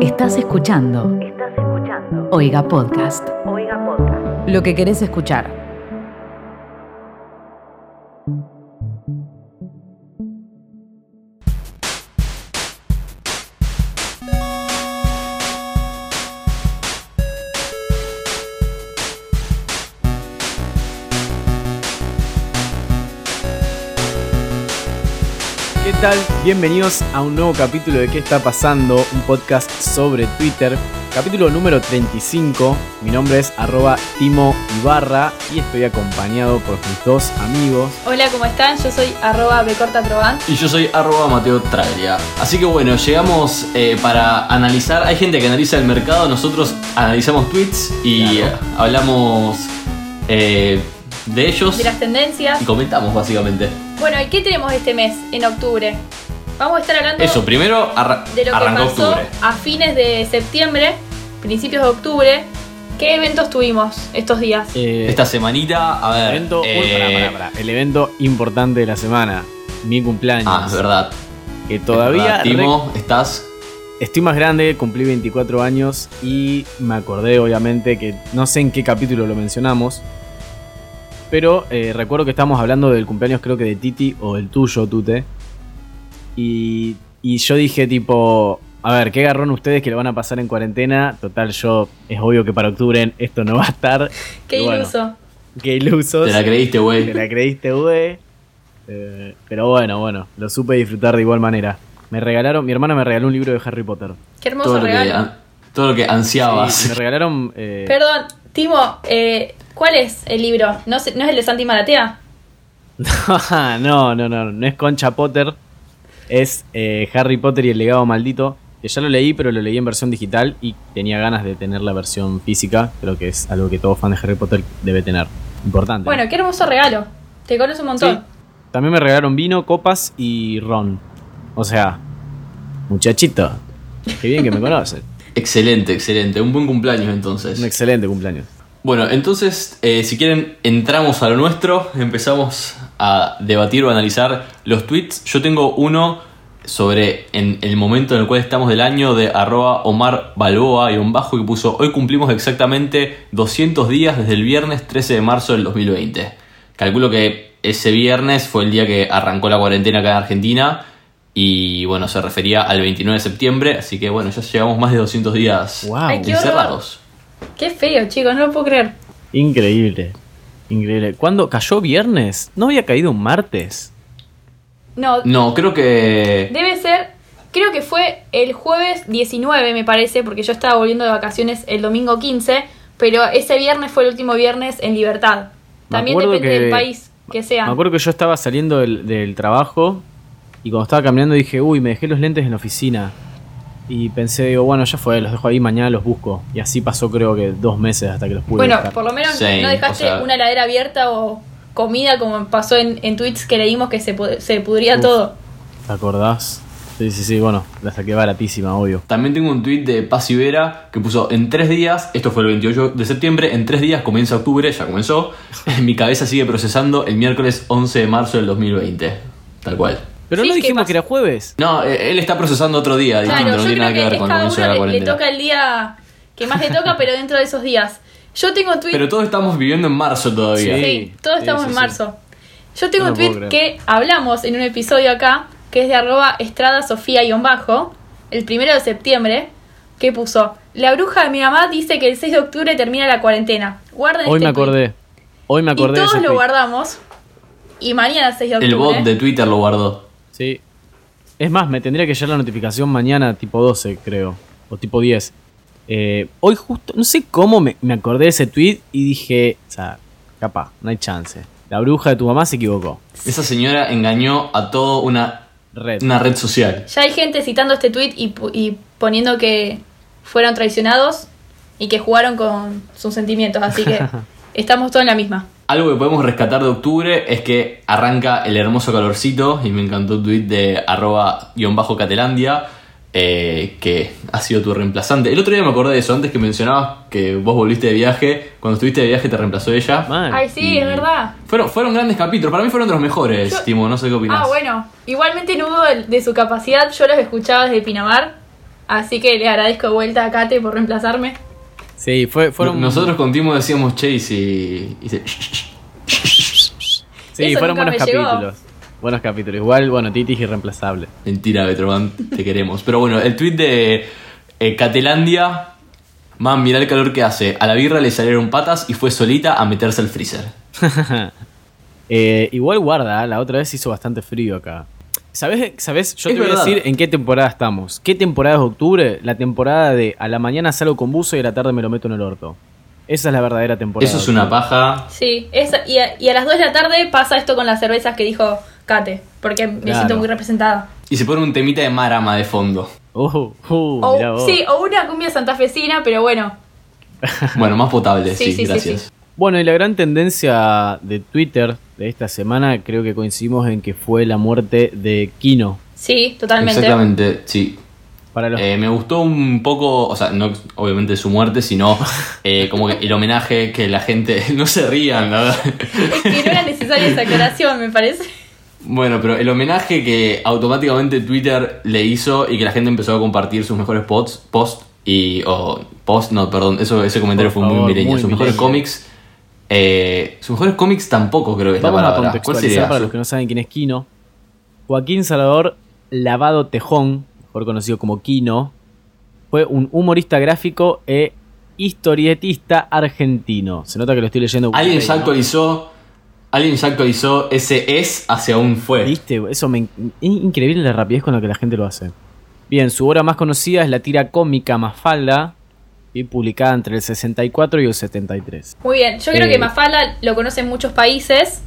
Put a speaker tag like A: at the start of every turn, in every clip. A: Estás escuchando. Estás escuchando. Oiga Podcast. Oiga Podcast. Lo que querés escuchar.
B: ¿Qué tal? Bienvenidos a un nuevo capítulo de ¿Qué está pasando? Un podcast sobre Twitter. Capítulo número 35. Mi nombre es arroba Timo Ibarra y estoy acompañado por mis dos amigos.
C: Hola, ¿cómo están? Yo soy arroba becortatroban.
D: Y yo soy arroba Mateo Traglia. Así que bueno, llegamos eh, para analizar. Hay gente que analiza el mercado, nosotros analizamos tweets y
B: Claro.
D: eh, hablamos eh, de ellos
C: de las tendencias.
D: y comentamos básicamente.
C: Bueno, ¿y qué tenemos este mes, en octubre? Vamos a estar hablando
D: Eso, primero arra-
C: de lo que
D: arrancó
C: pasó
D: octubre.
C: a fines de septiembre, principios de octubre. ¿Qué eventos tuvimos estos días?
B: Eh,
D: Esta semanita, a
B: el
D: ver.
B: evento, uy,
D: eh,
B: pará, pará, pará. El evento importante de la semana. Mi cumpleaños.
D: Ah, es verdad.
B: Que todavía
D: Es verdad, Timo, estás.
B: Estoy más grande, cumplí 24 años y me acordé obviamente que no sé en qué capítulo lo mencionamos, pero eh, recuerdo que estábamos hablando del cumpleaños creo que de Titi o del tuyo, Tute, y, y yo dije tipo, a ver, ¿qué garrón ustedes que lo van a pasar en cuarentena? Total, yo es obvio que para octubre esto no va a estar.
C: qué
B: y bueno,
C: iluso.
B: qué ilusos.
D: Te la creíste,
B: Te
D: güey.
B: la creíste, güey. Eh, pero bueno, bueno, lo supe disfrutar de igual manera. Me regalaron, mi hermana me regaló un libro de Harry Potter.
C: Qué hermoso
D: Todo lo, que,
C: regalo.
D: an- todo lo que ansiabas.
B: Sí, me regalaron. eh,
C: Perdón, Timo, eh, ¿cuál es el libro? ¿No, sé- ¿No es el de Santi Maratea?
B: Ah, no, no, no, no es Concha Potter. Es eh, Harry Potter y el legado maldito. Que ya lo leí, pero lo leí en versión digital y tenía ganas de tener la versión física. Creo que es algo que todo fan de Harry Potter debe tener. Importante.
C: Bueno, qué hermoso regalo. Te conoces un montón.
B: Sí. También me regalaron vino, copas y ron. O sea, muchachito. Qué bien que me conoces.
D: Excelente, excelente. Un buen cumpleaños entonces.
B: Un excelente cumpleaños.
D: Bueno, entonces, eh, si quieren, entramos a lo nuestro, empezamos a debatir o analizar los tweets. Yo tengo uno sobre en el momento en el cual estamos del año de arroba Omar Balboa y un bajo que puso hoy cumplimos exactamente 200 días desde el viernes 13 de marzo del 2020. Calculo que ese viernes fue el día que arrancó la cuarentena acá en Argentina y bueno, se refería al 29 de septiembre, así que bueno, ya llevamos más de 200 días
B: Wow. Ay,
C: qué horror.
D: encerrados.
C: Qué feo, chicos, no lo puedo creer.
B: Increíble. Increíble. ¿Cuándo? ¿Cayó viernes? ¿No había caído un martes?
C: No,
D: No, creo que.
C: Debe ser, creo que fue el jueves 19, me parece, porque yo estaba volviendo de vacaciones el domingo 15, pero ese viernes fue el último viernes en libertad.
B: Me
C: También
B: acuerdo
C: depende
B: que-
C: del país que sea.
B: Me acuerdo que yo estaba saliendo del, del trabajo y cuando estaba caminando dije, uy, me dejé los lentes en la oficina. Y pensé, digo, bueno, ya fue, los dejo ahí, mañana los busco. Y así pasó creo que dos meses hasta que los pude
C: bueno,
B: buscar.
C: por lo menos
D: Sí,
C: no dejaste
D: o sea-
C: una heladera abierta o comida como pasó en, en tweets que leímos que se, pu- se pudría
B: Uf.
C: todo.
B: ¿Te acordás? Sí, sí, sí, bueno, la saqué baratísima, obvio.
D: También tengo un tuit de Paz Vera que puso: En tres días, esto fue el 28 de septiembre, en tres días comienza octubre, ya comenzó. Mi cabeza sigue procesando el miércoles 11 de marzo del 2020. Tal cual.
B: Pero
C: Sí,
B: no
C: es que
B: dijimos
C: pas-
B: que era jueves.
D: No, eh, él está procesando otro día distinto,
C: Claro,
D: no
C: yo
D: tiene
C: creo
D: nada que ver
C: que es
D: con el
C: cada
D: comienzo de la
C: uno le, le
D: cuarentena.
C: toca el día que más le toca, pero dentro de esos días. Yo tengo un tweet
D: Pero todos estamos viviendo en marzo todavía.
B: Sí.
C: Sí, todos
B: sí,
C: estamos
B: sí,
C: en
B: sí.
C: marzo. Yo tengo
B: No
C: un
B: lo puedo
C: tweet
B: creer.
C: que hablamos en un episodio acá, que es de arroba estrada sofía-bajo, el primero de septiembre, que puso, la bruja de mi mamá dice que el 6 de octubre termina la cuarentena. Guarden
B: Hoy
C: este
B: me
C: tuit".
B: acordé. Hoy me acordé de
C: y todos
B: ese
C: lo
B: tuit.
C: guardamos. Y mañana 6 de octubre.
D: El bot de Twitter lo guardó.
B: Sí. Es más, me tendría que llegar la notificación mañana tipo 12, creo. O tipo 10. Eh, hoy justo, no sé cómo me, me acordé de ese tweet y dije, o sea, capaz, no hay chance. La bruja de tu mamá se equivocó.
D: Esa señora engañó a toda una,
B: Red.
D: una red social.
C: Ya hay gente citando este tweet y, pu- y poniendo que fueron traicionados y que jugaron con sus sentimientos. Así que estamos todos en la misma.
D: Algo que podemos rescatar de octubre es que arranca el hermoso calorcito y me encantó el tweet de arroba guión bajo Catalandia eh, que ha sido tu reemplazante. El otro día me acordé de eso, antes que mencionabas que vos volviste de viaje, cuando estuviste de viaje te reemplazó ella.
B: Mal.
C: Ay, sí, es
D: y-
C: verdad.
D: Fueron, fueron grandes capítulos, para mí fueron de los mejores,
C: Yo-
D: Timo, no sé qué opinas.
C: Ah, bueno. Igualmente no dudo de, de su capacidad. Yo los escuchaba desde Pinamar. Así que le agradezco de vuelta a Kate por reemplazarme.
B: Sí, fue, fueron.
D: Nosotros con Timo decíamos Chase y. y se-
B: sí,
C: Eso
B: fueron
C: nunca
B: buenos
C: me llegó.
B: capítulos. Buenos capítulos. Igual, bueno, Titi es irreemplazable.
D: Mentira, Betroban, te queremos. Pero bueno, el tweet de eh, Catelandia. Man, mirá el calor que hace. A la birra le salieron patas y fue solita a meterse al freezer.
B: Eh, igual guarda, la otra vez hizo bastante frío acá. ¿Sabes? ¿Sabes? Yo
D: Es
B: te voy
D: verdad.
B: a decir en qué temporada estamos. ¿Qué temporada es octubre? La temporada de a la mañana salgo con buzo y a la tarde me lo meto en el orto. Esa es la verdadera temporada.
D: Eso es una
B: octubre.
D: paja.
C: Sí, es, y, a, y a las 2 de la tarde pasa esto con las cervezas que dijo Kate, porque me
B: Claro.
C: siento muy representada.
D: Y se pone un temita de marama de fondo.
B: Uh, uh,
C: O,
B: mirá vos.
C: Oh, sí, o una cumbia santafesina, pero bueno,
D: Bueno, más potable,
C: Sí,
D: sí,
C: sí, sí,
D: gracias.
C: sí.
B: Bueno, y la gran tendencia de Twitter de esta semana creo que coincidimos en que fue la muerte de Kino.
C: sí, totalmente.
D: Exactamente, sí.
B: Para los
D: Eh, me gustó un poco, o sea, no obviamente su muerte, sino eh, como que el homenaje que la gente no se rían, la verdad.
C: Es que no era necesaria esa aclaración, me parece.
D: Bueno, pero el homenaje que automáticamente Twitter le hizo y que la gente empezó a compartir sus mejores posts, post y o post, no, perdón, eso ese comentario
B: Por
D: fue
B: favor,
D: muy milenio.
B: muy
D: Sus mejores
B: milenio.
D: cómics, eh, sus mejores cómics tampoco creo que es
B: Vamos
D: la
B: a
D: palabra. ¿Cuál sería?
B: contextualizar para los que no saben quién es Kino. Joaquín Salvador Lavado Tejón, mejor conocido como Kino, fue un humorista gráfico e historietista argentino. Se nota que lo estoy leyendo. en
D: Alguien ya
B: Wikipedia, ¿no?
D: actualizó, alguien ya actualizó ese es hacia un fue.
B: ¿Viste? Eso me... in- Es increíble la rapidez con la que la gente lo hace. Bien, su obra más conocida es la tira cómica Mafalda, y publicada entre el 64 y el 73.
C: Muy bien, yo creo
B: Eh.
C: que Mafala lo conocen muchos países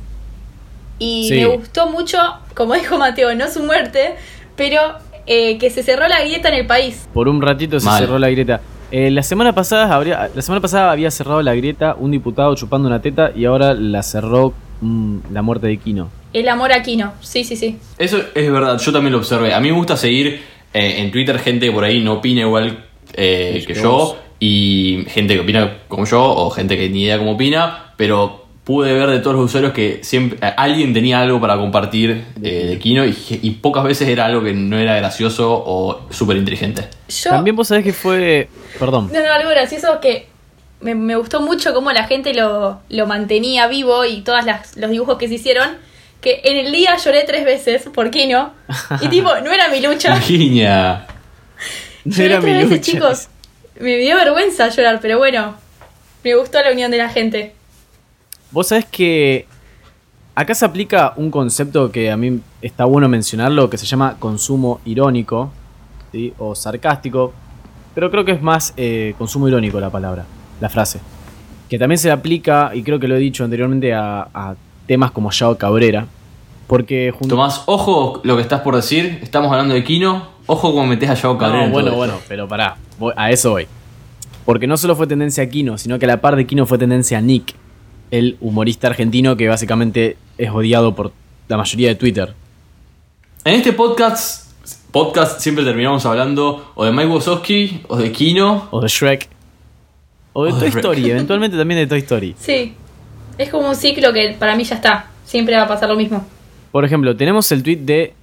C: y
B: Sí.
C: me gustó mucho, como dijo Mateo, no su muerte, pero eh, que se cerró la grieta en el país.
B: Por un ratito se
D: Mal.
B: cerró la grieta. Eh, la, semana pasada habría- la semana pasada había cerrado la grieta un diputado chupando una teta y ahora la cerró mm, la muerte de Kino.
C: El amor aquino, sí, sí, sí.
D: Eso es verdad, yo también lo observé. A mí me gusta seguir eh, en Twitter gente que por ahí no opina igual eh,
B: Sí,
D: que
B: que vos.
D: yo y gente que opina como yo o gente que ni idea cómo opina, pero pude ver de todos los usuarios que siempre eh, alguien tenía algo para compartir eh, de Kino y, y pocas veces era algo que no era gracioso o súper inteligente.
C: Yo,
B: También vos sabés que fue... Perdón.
C: No, no, algo gracioso que me, me gustó mucho cómo la gente lo, lo mantenía vivo y todos los dibujos que se hicieron. Que en el día lloré tres veces, ¿por qué no? Y tipo, no era mi lucha.
D: Virginia.
B: No
C: Lloré
B: era mi
C: tres
B: lucha.
C: veces, chicos. Me dio vergüenza llorar, pero bueno. Me gustó la unión de la gente.
B: Vos sabés que acá se aplica un concepto que a mí está bueno mencionarlo, que se llama consumo irónico ¿sí? o sarcástico, pero creo que es más eh, consumo irónico la palabra, la frase. Que también se le aplica, y creo que lo he dicho anteriormente, a, a temas como Yao Cabrera, porque junto
D: Tomás, ojo lo que estás por decir, estamos hablando de Kino, ojo como metes a Yao Cabrera.
B: No,
D: en todo
B: bueno,
D: esto.
B: bueno, pero pará, voy- a eso voy. Porque no solo fue tendencia a Kino, sino que a la par de Kino fue tendencia a Nick, el humorista argentino que básicamente es odiado por la mayoría de Twitter.
D: En este podcast, podcast siempre terminamos hablando o de Mike Wazowski o de Kino.
B: O de Shrek. O de
D: O de
B: Toy
D: Shrek.
B: Story, eventualmente también de Toy Story.
C: Sí. Es como un ciclo que para mí ya está. Siempre va a pasar lo mismo.
B: Por ejemplo, tenemos el tweet de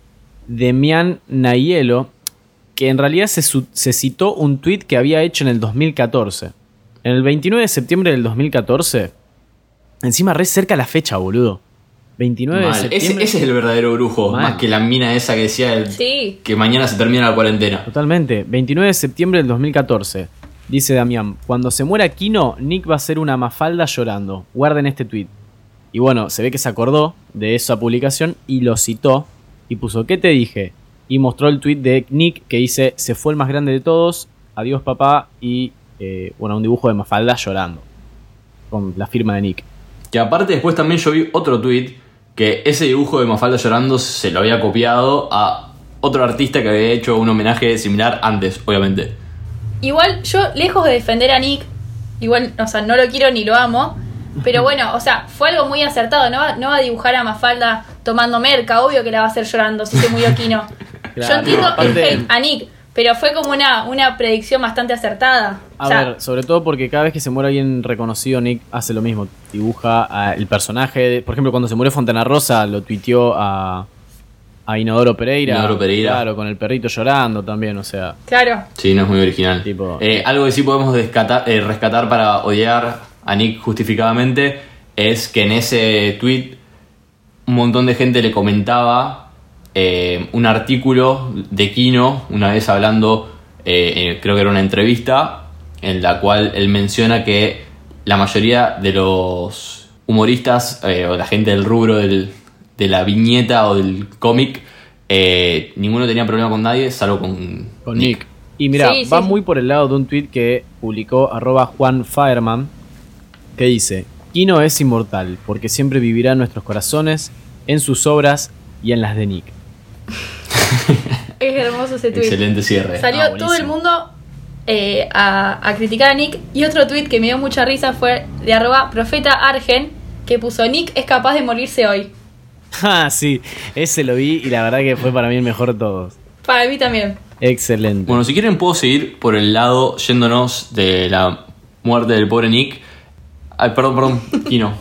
B: Demian Nayelo, que en realidad se, su- se citó un tweet que había hecho en el 2014. En el 29 de septiembre del 2014, encima re cerca la fecha, boludo. 29 de
D: Mal. Ese,
B: septiembre.
D: ese es el verdadero brujo,
B: Mal.
D: más que la mina esa que decía el-
C: Sí.
D: que mañana se termina la cuarentena.
B: Totalmente. 29 de septiembre del 2014. Dice Damián, cuando se muera Kino, Nick va a ser una mafalda llorando. Guarden este tweet. Y bueno, se ve que se acordó de esa publicación y lo citó y puso, ¿qué te dije? Y mostró el tweet de Nick que dice, se fue el más grande de todos, adiós papá y, eh, bueno, un dibujo de mafalda llorando. Con la firma de Nick.
D: Que aparte después también yo vi otro tweet que ese dibujo de Mafalda llorando se lo había copiado a otro artista que había hecho un homenaje similar antes, obviamente.
C: Igual yo, lejos de defender a Nick, igual, o sea, no lo quiero ni lo amo, pero bueno, o sea, fue algo muy acertado, no va, no va a dibujar a Mafalda tomando merca, obvio que la va a hacer llorando si se murió Kino. yo
B: Claro,
C: entiendo el
B: aparte-
C: hate a Nick, pero fue como una, una predicción bastante acertada.
B: A
C: o sea,
B: ver, sobre todo porque cada vez que se muere alguien reconocido, Nick hace lo mismo. Dibuja a el personaje. Por ejemplo, cuando se murió Fontana Rosa, lo tuiteó a, a a Inodoro Pereira.
D: Inodoro Pereira.
B: Claro, con el perrito llorando también, o sea.
C: Claro.
D: Sí, no es muy original.
B: Tipo-
D: Eh, algo que sí podemos descata- eh, rescatar para odiar a Nick justificadamente es que en ese tweet un montón de gente le comentaba eh, un artículo de Kino, una vez hablando, eh, eh, creo que era una entrevista, en la cual él menciona que la mayoría de los humoristas eh, o la gente del rubro del- de la viñeta o del cómic, eh, ninguno tenía problema con nadie, salvo con,
B: Con Nick. Y mira,
C: Sí, sí,
B: va
C: sí.
B: muy por el lado de un tweet que publicó arroba Juan Fireman, que dice, Kino es inmortal, porque siempre vivirá en nuestros corazones, en sus obras y en las de Nick.
C: Es hermoso ese tweet.
D: Excelente cierre.
C: Salió
B: Ah,
C: todo
B: buenísimo.
C: el mundo eh, a, a criticar a Nick. Y otro tweet que me dio mucha risa fue de arroba profeta Argen, que puso Nick es capaz de morirse hoy.
B: Ah, sí, ese lo vi y la verdad que fue para mí el mejor de todos.
C: Para mí también.
B: Excelente.
D: Bueno, si quieren puedo seguir por el lado yéndonos de la muerte del pobre Nick. Ay, perdón, perdón, Kino.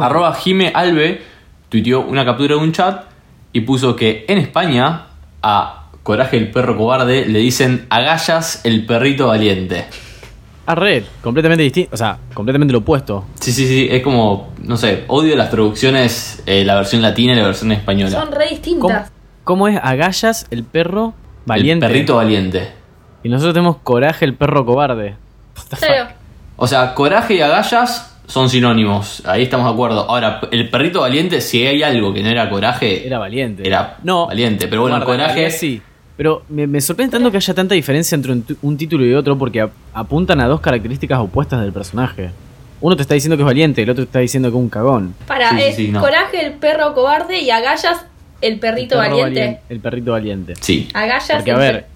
D: Arroba Jime Albe tuiteó una captura de un chat y puso que en España a Coraje el perro cobarde le dicen agallas el perrito valiente.
B: A Red, Ah, completamente distinto, o sea, completamente lo opuesto.
D: Sí, sí, sí, es como, no sé, odio las traducciones, eh, la versión latina y la versión española.
C: Son re
B: ¿Cómo,
C: distintas.
B: cómo es agallas el perro valiente?
D: El perrito valiente.
B: Y nosotros tenemos coraje el perro cobarde.
C: Claro.
D: O sea, coraje y agallas son sinónimos. Ahí estamos de acuerdo. Ahora, el perrito valiente, si hay algo que no era coraje,
B: Era valiente.
D: era
B: no,
D: valiente. Pero bueno, el
B: Guarda,
D: coraje
B: en realidad sí. Pero me, me sorprende tanto que haya tanta diferencia entre un, tu- un título y otro porque ap- apuntan a dos características opuestas del personaje. Uno te está diciendo que es valiente, el otro te está diciendo que es un cagón.
C: Para
D: Sí, sí,
C: es
D: sí, no.
C: coraje el perro cobarde y agallas el perrito
B: El perro
C: valiente.
B: valien- El perrito valiente.
D: Sí.
C: Agallas
B: Porque a
C: el
B: ver,
C: per-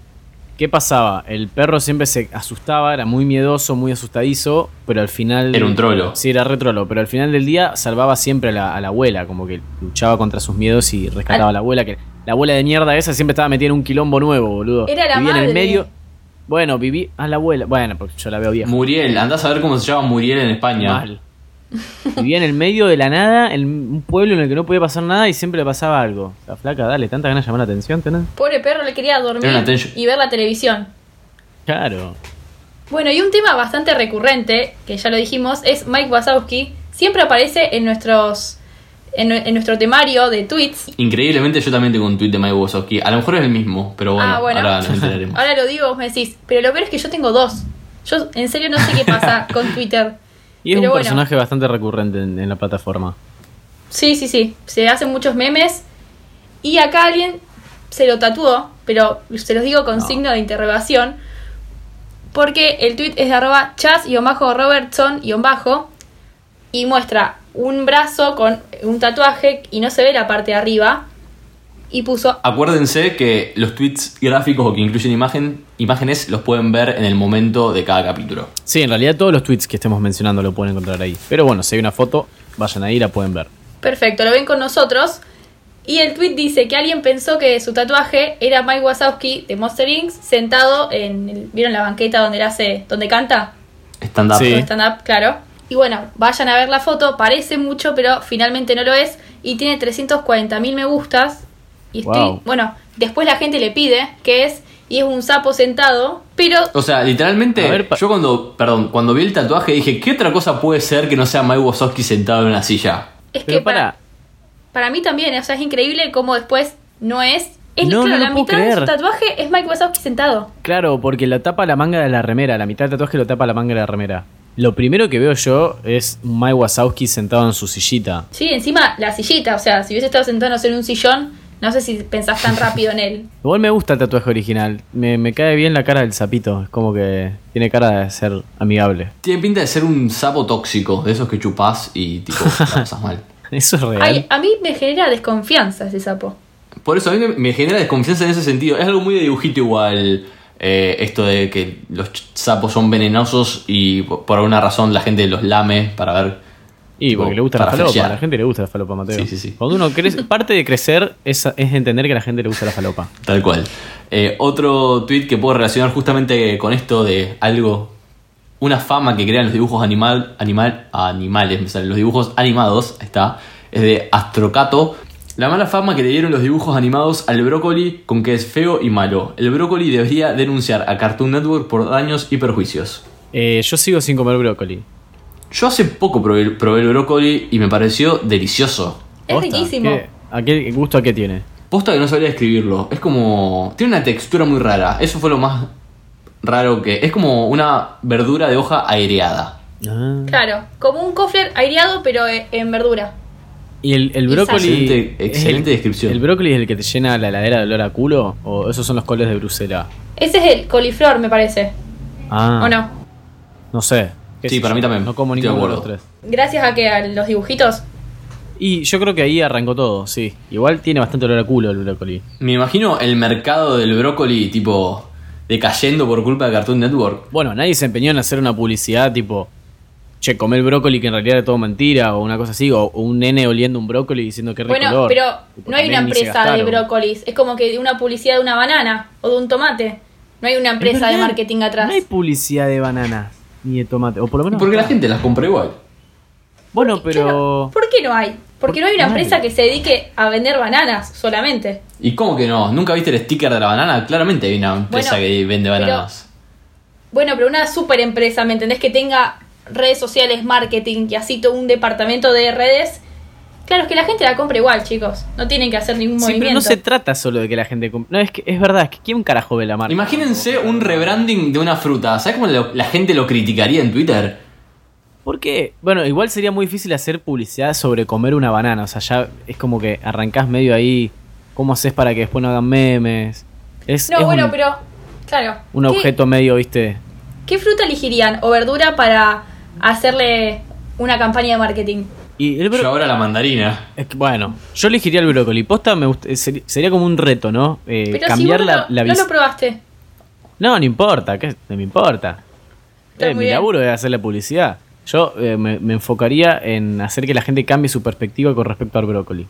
B: ¿qué pasaba? El perro siempre se asustaba, era muy miedoso, muy asustadizo, pero al final...
D: Era un trolo.
B: Sí, era retrolo, pero al final del día salvaba siempre a la, a la abuela, como que luchaba contra sus miedos y rescataba a la abuela, que la abuela de mierda esa siempre estaba metida en un quilombo nuevo, boludo.
C: Era la
B: Vivía en
C: madre.
B: el medio. Bueno, viví a la abuela. Bueno, porque yo la veo vieja.
D: Muriel, andás a ver cómo se llama Muriel en España.
B: Mal. Vivía en el medio de la nada, en un pueblo en el que no podía pasar nada y siempre le pasaba algo. La flaca, dale, tanta ganas de llamar la atención, tenés.
C: Pobre perro le quería
D: Era
C: dormir
D: una tension-
C: y ver la televisión.
B: Claro.
C: Bueno, y un tema bastante recurrente, que ya lo dijimos, es Mike Wazowski. Siempre aparece en nuestros. En, nue- en nuestro temario de tweets.
D: Increíblemente yo también tengo un tweet de Mike Wazowski. A lo mejor es el mismo, pero bueno,
C: Ah, bueno.
D: ahora nos enteraremos.
C: Ahora lo digo, vos me decís, pero lo peor es que yo tengo dos. Yo en serio no sé qué pasa con Twitter.
B: Y es
C: Pero
B: un
C: bueno.
B: personaje bastante recurrente en, en la plataforma.
C: Sí, sí, sí. Se hacen muchos memes. Y acá alguien se lo tatuó, pero se los digo con
B: No.
C: signo de interrogación. Porque el tweet es de arroba chas y bajo Robertson y bajo. Y muestra un brazo con un tatuaje y no se ve la parte de arriba. Y puso.
D: Acuérdense que los tweets gráficos o que incluyen imagen, imágenes los pueden ver en el momento de cada capítulo.
B: Sí, en realidad todos los tweets que estemos mencionando lo pueden encontrar ahí. Pero bueno, si hay una foto, vayan ahí y la pueden ver.
C: Perfecto, lo ven con nosotros. Y el tweet dice que alguien pensó que su tatuaje era Mike Wazowski de Monster Inc. sentado en. el- ¿Vieron la banqueta donde él hace. donde canta?
D: Estándar.
B: Sí.
C: Todo stand-up, claro. Y bueno, vayan a ver la foto, parece mucho, pero finalmente no lo es. Y tiene 340.000 me gustas. Y estoy,
B: Wow.
C: bueno, después la gente le pide qué es, y es un sapo sentado, pero
D: O sea, literalmente,
B: A ver, pa-
D: yo cuando, perdón, cuando vi el tatuaje dije, ¿qué otra cosa puede ser que no sea Mike Wazowski sentado en una silla?
C: es que
B: Pero
C: para,
B: para,
C: para mí también, o sea, es increíble cómo después no es. Es
B: No,
C: claro,
B: no lo
C: la
B: puedo
C: mitad de su
B: creer.
C: tatuaje es Mike Wazowski sentado.
B: claro, porque la tapa la manga de la remera, la mitad del tatuaje lo tapa la manga de la remera. Lo primero que veo yo es un Mike Wazowski sentado en su sillita.
C: Sí, encima la sillita, o sea, si hubiese estado sentado en un sillón, no sé si pensás tan rápido en él.
B: Igual me gusta el tatuaje original. Me, me cae bien la cara del sapito. Es como que tiene cara de ser amigable.
D: Tiene pinta de ser un sapo tóxico, de esos que chupás y tipo, la pasas mal.
B: Eso es real.
C: Ay, a mí me genera desconfianza ese sapo.
D: Por eso a mí me- me genera desconfianza en ese sentido. Es algo muy de dibujito igual, eh, esto de que los ch- sapos son venenosos y po- por alguna razón la gente los lame para ver.
B: y porque
D: tipo,
B: le gusta la
D: para
B: falopa.
D: flashear.
B: A la gente le gusta la falopa, Mateo.
D: Sí, sí, sí.
B: Cuando uno crece, parte de crecer es, es entender que a la gente le gusta la falopa.
D: Tal cual. Eh, otro tweet que puedo relacionar justamente con esto de algo, una fama que crean los dibujos animal, animal, animales, me salen los dibujos animados, ahí está, es de Astrocato, La mala fama que le dieron los dibujos animados al brócoli con que es feo y malo. El brócoli debería denunciar a Cartoon Network por daños y perjuicios.
B: Eh, yo sigo sin comer brócoli.
D: Yo hace poco probé, probé el brócoli y me pareció delicioso.
C: Es
B: Posta,
C: riquísimo.
B: ¿qué- ¿A qué gusto a qué tiene?
D: Posta que no sabía describirlo. Es como. Tiene una textura muy rara. Eso fue lo más raro que. Es como una verdura de hoja aireada.
B: Ah.
C: Claro, como un cofler aireado pero eh, en verdura.
B: ¿Y el, el
C: Exacto.
B: brócoli?
D: Excelente-
B: es
D: excelente
B: el-
D: descripción.
B: ¿El brócoli es el que te llena la heladera de olor a culo? ¿O esos son los coles de Bruselas?
C: Ese es el coliflor, me parece.
B: Ah,
C: ¿O no?
B: no sé. ¿Qué
D: Sí,
B: sé
D: para
B: yo?
D: mí también.
B: No como
D: Estoy de
B: ninguno de los
D: acuerdo.
B: tres.
C: Gracias a que a los dibujitos.
B: Y yo creo que ahí arrancó todo, sí. Igual tiene bastante olor a culo el brócoli.
D: Me imagino el mercado del brócoli, tipo. decayendo por culpa de Cartoon Network.
B: Bueno, nadie se empeñó en hacer una publicidad tipo, che, comer brócoli que en realidad era todo mentira, o una cosa así, o, o un nene oliendo un brócoli diciendo que rico
C: Bueno,
B: olor.
C: pero
B: Tipo,
C: no hay una
B: también ni se
C: empresa de
B: gastaron.
C: brócolis. Es como que una publicidad de una banana o de un tomate. No hay una
B: Es
C: empresa de
B: verdad,
C: marketing atrás.
B: No hay publicidad de bananas ni de tomate, o por lo menos.
D: Porque la
B: acá.
D: gente las compra igual.
B: Bueno,
C: Claro,
B: pero.
C: ¿Por qué no hay? Porque no hay una
B: No hay.
C: empresa que se dedique a vender bananas solamente.
D: ¿Y cómo que no? ¿Nunca viste el sticker de la banana? Claramente hay una empresa
C: Bueno,
D: que vende
C: pero-
D: bananas.
C: Bueno, pero una super empresa, ¿me entendés? Que tenga redes sociales, marketing y así todo un departamento de redes. Claro, es que la gente la compra igual, chicos. No tienen que hacer ningún
B: Sí,
C: movimiento.
B: pero no se trata solo de que la gente. comp- No, es que es verdad, es que ¿quién carajo ve la marca?
D: Imagínense un rebranding de una fruta. ¿Sabes cómo lo- la gente lo criticaría en Twitter?
B: ¿Por qué? Bueno, igual sería muy difícil hacer publicidad sobre comer una banana. O sea, ya es como que arrancás medio ahí. ¿Cómo haces para que después no hagan memes? Es,
C: No,
B: es
C: bueno,
B: un,
C: pero. Claro.
B: un
C: ¿qué-
B: objeto medio, viste.
C: ¿Qué fruta elegirían o verdura para hacerle una campaña de marketing?
B: Y el
D: Yo
B: bro-
D: ahora la mandarina.
B: es que, bueno, yo elegiría el brócoli. Posta me gust- eh, seri- sería como un reto, ¿no? Eh,
C: Pero
B: cambiar
C: si vos
B: la,
C: no,
B: la
C: no
B: vis-
C: lo probaste.
B: No, no importa, ¿qué? No me importa.
C: Está
B: Eh,
C: muy
B: mi
C: bien.
B: laburo es hacer la publicidad. Yo eh, me, me enfocaría en hacer que la gente cambie su perspectiva con respecto al brócoli.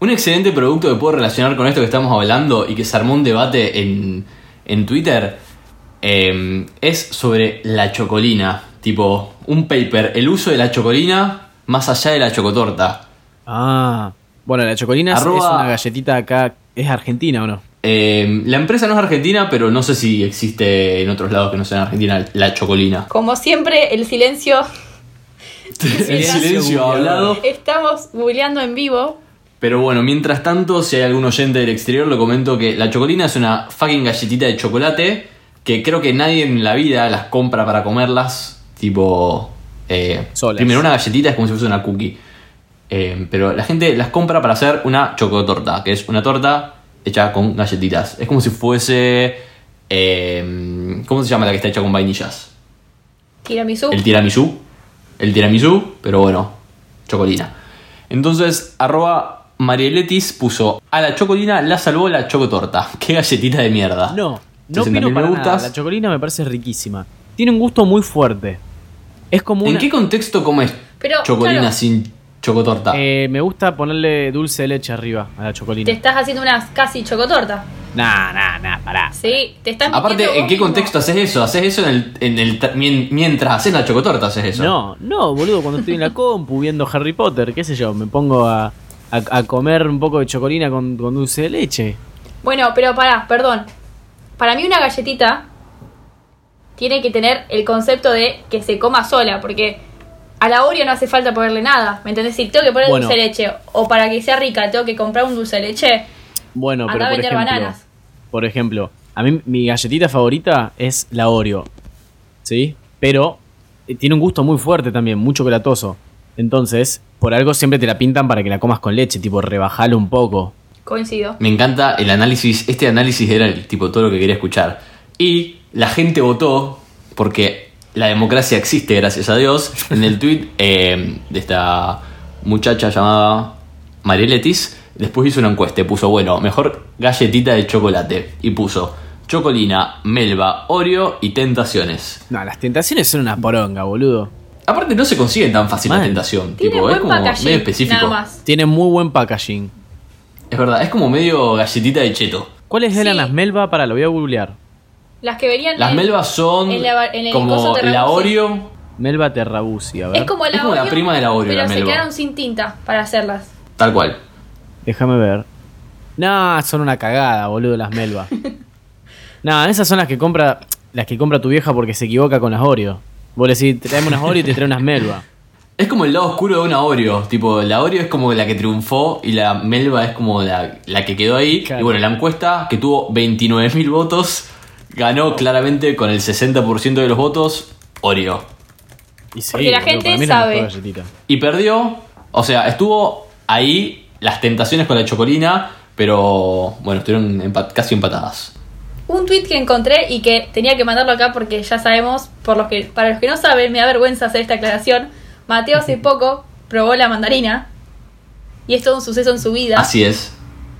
D: Un excelente producto que puedo relacionar con esto que estamos hablando y que se armó un debate en, en Twitter eh, es sobre la chocolina. Tipo, un paper, el uso de la chocolina más allá de la chocotorta.
B: Ah, bueno, la chocolina es- es
D: Arroba-
B: una galletita acá. ¿Es argentina o no?
D: Eh, la empresa no es argentina, pero no sé si existe en otros lados que no sean Argentina la chocolina.
C: Como siempre, el silencio.
D: El silencio
B: googleador.
D: hablado.
C: Estamos googleando en vivo.
D: Pero bueno, mientras tanto, si hay algún oyente del exterior, le comento que la chocolina es una fucking galletita de chocolate que creo que nadie en la vida las compra para comerlas. Tipo. eh,
B: Solas.
D: Primero, una galletita es como si fuese una cookie. Eh, pero la gente las compra para hacer una chocotorta, que es una torta hecha con galletitas. Es como si fuese. eh, ¿Cómo se llama la que está hecha con vainillas?
C: Tiramisú.
D: El tiramisú. El tiramisú, pero bueno, chocolina. Entonces, arroba Marieletis puso a la chocolina la salvó la chocotorta. Qué galletita de mierda.
B: No, no
D: Entonces,
B: opino
D: también
B: para
D: me
B: nada.
D: gustas.
B: La chocolina me parece riquísima. Tiene un gusto muy fuerte. Es como
D: ¿En
B: una...
D: qué contexto comes
C: Pero,
D: chocolina
C: claro.
D: sin chocotorta?
B: Eh, me gusta ponerle dulce de leche arriba a la
C: Te
B: chocolina.
C: estás haciendo una casi chocotorta.
B: Nah, nah, nah, pará.
C: Sí, te estás
D: Aparte,
C: metiendo
D: ¿en
C: vos
D: qué
C: mismo.
D: contexto haces eso? ¿Haces eso en el, en el tra- mien- mientras haces la chocotorta? ¿Haces eso?
B: No, no, boludo, cuando estoy en la compu viendo Harry Potter, qué sé yo, me pongo a, a- a comer un poco de chocolina con, con dulce de leche.
C: Bueno, pero pará, perdón. Para mí una galletita tiene que tener el concepto de que se coma sola, porque a la Oreo no hace falta ponerle nada, ¿me entendés? Si tengo que poner
B: Bueno.
C: dulce de leche, o para que sea rica tengo que comprar un dulce de leche,
B: Bueno,
C: Andá
B: pero
C: a
B: por
C: vender
B: ejemplo,
C: bananas.
B: por ejemplo, a mí mi galletita favorita es la Oreo, ¿sí? Pero eh, tiene un gusto muy fuerte también, muy chocolatoso. Entonces, por algo siempre te la pintan para que la comas con leche, tipo rebajalo un poco.
C: coincido.
D: Me encanta el análisis. Este análisis era el tipo todo lo que quería escuchar. Y la gente votó, porque la democracia existe, gracias a Dios, en el tweet eh, de esta muchacha llamada Marieletis. Después hizo una encuesta y puso, bueno, mejor galletita de chocolate. Y puso chocolina, melva, oreo y tentaciones.
B: No, las tentaciones son una poronga, boludo.
D: Aparte, no se consigue tan fácil la
B: Mal.
D: tentación.
C: Tiene
D: tipo, es
C: buen
D: como
C: packaging,
D: medio específico.
C: nada más.
B: Tienen muy buen packaging.
D: Es verdad, es como medio galletita de cheto.
B: ¿Cuáles
C: Sí.
B: eran las melva? Para, lo voy a googlear.
C: Las que venían
D: Las
C: en-
D: melvas son
C: en la- en el coso
D: como
C: te
D: la
C: reducen.
D: Oreo.
B: Melva terrabusi, a ver.
C: Es como la
D: Es como la
C: Oreo,
D: prima de la Oreo,
C: pero
D: la
C: se
D: melva.
C: quedaron sin tinta para hacerlas.
D: Tal cual.
B: Déjame ver. No, son una cagada, boludo, las Melba. no, esas son las que compra las que compra tu vieja porque se equivoca con las Oreo. Vos le decís, traeme unas Oreo y te trae unas Melba.
D: Es como el lado oscuro de una Oreo. Tipo, la Oreo es como la que triunfó y la Melba es como la, la que quedó ahí.
B: Claro.
D: Y bueno, la encuesta, que tuvo 29.000 votos, ganó claramente con el 60% de los votos Oreo.
B: Y sí,
C: Porque la
B: boludo,
C: gente
B: para mí es la
C: sabe.
B: mejor galletita.
D: Y perdió, o sea, estuvo ahí las tentaciones con la chocolina, pero bueno, estuvieron empa- casi empatadas.
C: Un tweet que encontré y que tenía que mandarlo acá porque ya sabemos, por los que, para los que no saben, me da vergüenza hacer esta aclaración. Mateo hace poco probó la mandarina y es todo un suceso en su vida.
B: Ah,
D: Así es.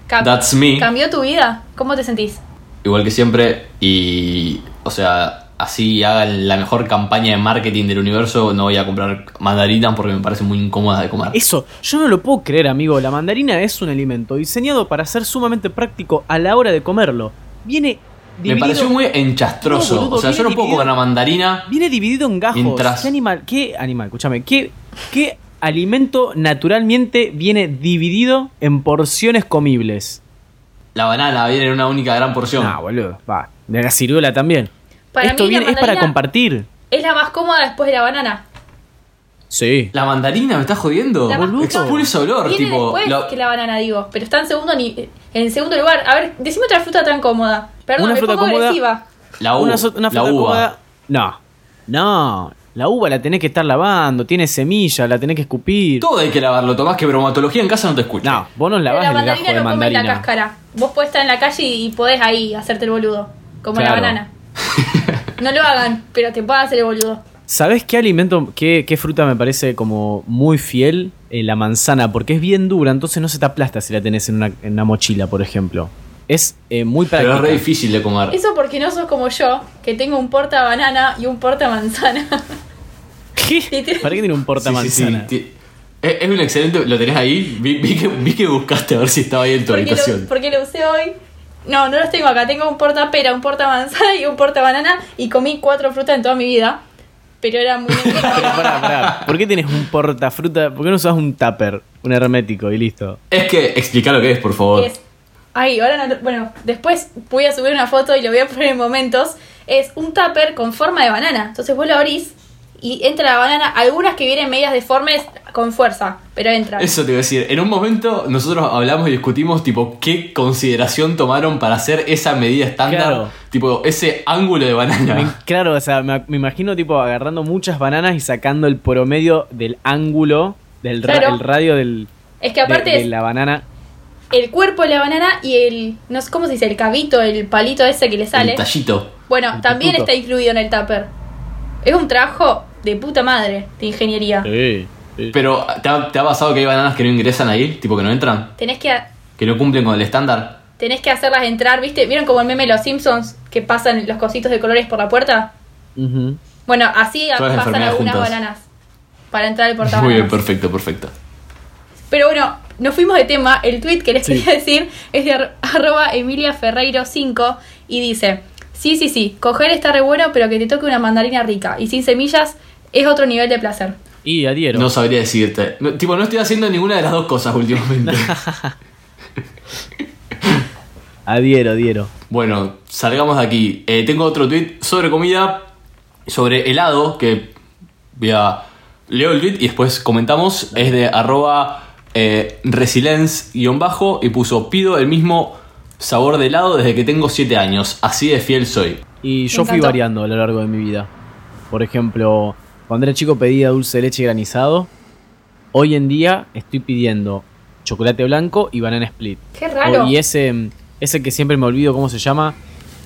C: Cam-
D: That's me.
C: ¿Cambió tu vida? ¿Cómo te sentís?
D: Igual que siempre, y. O sea, así hagan la mejor campaña de marketing del universo, no voy a comprar mandarinas porque me parecen muy incómodas de comer.
B: Eso, yo no lo puedo creer, amigo. La mandarina es un alimento diseñado para ser sumamente práctico a la hora de comerlo. Viene
D: Me
B: dividido,
D: pareció muy
B: No,
D: enchastroso.
B: boludo,
D: o sea, yo
B: viene
D: no puedo
B: dividido.
D: comer una mandarina.
B: viene dividido en gajos.
D: Mientras-
B: ¿Qué animal? ¿Qué animal? Escúchame. ¿Qué, ¿Qué alimento naturalmente viene dividido en porciones comibles?
D: La banana viene en una única gran porción.
B: Ah, boludo. Va. De la ciruela también.
C: Para
B: Esto
C: mí la
B: viene, es para
C: mandarina-
B: compartir.
C: Es la más cómoda después de la banana.
B: Sí.
D: La mandarina, me estás jodiendo.
C: La más
D: Boludo.
C: cómoda.
D: Expulsa olor,
C: Viene
D: tipo.
C: después
D: lo-
C: que la banana, digo. Pero está en segundo, ni, en segundo lugar. A ver, decime otra fruta tan cómoda. Perdón,
B: Una
C: me
B: fruta
C: pongo
B: cómoda.
C: agresiva.
D: La, u-
B: una, so- una
D: la
B: fruta
D: uva.
B: cómoda- No. No. La uva la tenés que estar lavando, tiene semilla, la tenés que escupir.
D: Todo hay que lavarlo, Tomás, que bromatología en casa no te escucha.
B: No, vos no
C: Pero
B: lavás
C: la
B: el gajo
C: mandarina
B: de
C: no come la
B: mandarina.
C: cáscara. Vos podés estar en la calle y, y podés ahí hacerte el boludo. Como
B: Claro.
C: la banana. No lo hagan, pero te puedes hacer el boludo.
B: ¿Sabés qué alimento, qué, qué fruta me parece como muy fiel? Eh, la manzana, porque es bien dura, entonces no se te aplasta si la tenés en una, en una mochila, por ejemplo. Es eh, muy
D: Pero
B: práctica.
D: es re difícil de comer.
C: Eso porque no sos como yo, que tengo un porta banana y un porta manzana.
B: ¿Qué? ¿Para qué tiene un porta
D: Sí, sí, sí.
B: manzana?
D: Ti- Es, es un excelente. Lo tenés ahí. Vi, vi que, vi que buscaste a ver si estaba ahí en tu
C: porque,
D: habitación.
C: lo, porque lo usé hoy. No, no los tengo acá. Tengo un porta pera, un porta manzana y un porta banana. Y comí cuatro frutas en toda mi vida. Pero era muy.
B: Pero pará, pará, ¿Por qué tenés un portafruta? ¿Por qué no usás un tupper, un hermético y listo?
D: Es que explica lo que es, por favor.
C: es. Ay, ahora no. Bueno, después voy a subir una foto y lo voy a poner en momentos. Es un tupper con forma de banana. Entonces vos lo abrís y entra la banana. Algunas que vienen medias deformes con fuerza, pero entran.
D: Eso te iba a decir. En un momento nosotros hablamos y discutimos tipo qué consideración tomaron para hacer esa medida estándar.
B: Claro.
D: Tipo, ese ángulo de
B: Me-
D: banana.
B: claro, o sea, me, me imagino tipo agarrando muchas bananas y sacando el promedio del ángulo, del ra-
C: Claro.
B: el radio del,
C: Es que aparte
B: de, de
C: es
B: la banana.
C: el cuerpo de la banana y el. No sé cómo se dice, el cabito, el palito ese que le sale.
D: El tallito.
C: Bueno,
B: El
C: también
B: pituto.
C: está incluido en el tupper. Es un trabajo de puta madre de ingeniería.
B: Sí,
D: Pero, ¿te ha, te ha pasado que hay bananas que no ingresan ahí? Tipo, que no entran.
C: Tenés que,
D: Que no cumplen con el estándar.
C: tenés que hacerlas entrar, ¿viste? ¿Vieron como el meme de los Simpsons que pasan los cositos de colores por la puerta?
B: Ujú.
C: Bueno, así
D: Todas las
C: pasan
D: enfermedades
C: algunas
D: juntas.
C: bananas para entrar al portavoz.
D: Muy bien, perfecto, perfecto.
C: Pero bueno, nos fuimos de tema. El tweet que les
B: Sí.
C: quería decir es de ar- arroba Emilia Ferreiro 5 y dice, sí, sí, sí, coger está re bueno, pero que te toque una mandarina rica y sin semillas es otro nivel de placer.
B: Y adhiero.
D: No sabría decirte. No, tipo, no estoy haciendo ninguna de las dos cosas últimamente.
B: Adhiero, adhiero.
D: Bueno, salgamos de aquí. Eh, tengo otro tweet sobre comida, sobre helado, que voy a leo el tweet y después comentamos. Es de arroba eh, resilience-bajo y puso, pido el mismo sabor de helado desde que tengo 7 años. Así de fiel soy.
B: Y yo fui
C: encantó.
B: variando a lo largo de mi vida. Por ejemplo, cuando era chico pedía dulce de leche granizado. Hoy en día estoy pidiendo chocolate blanco y banana split.
C: Qué raro.
B: Oh, y ese, ese que siempre me olvido cómo se llama,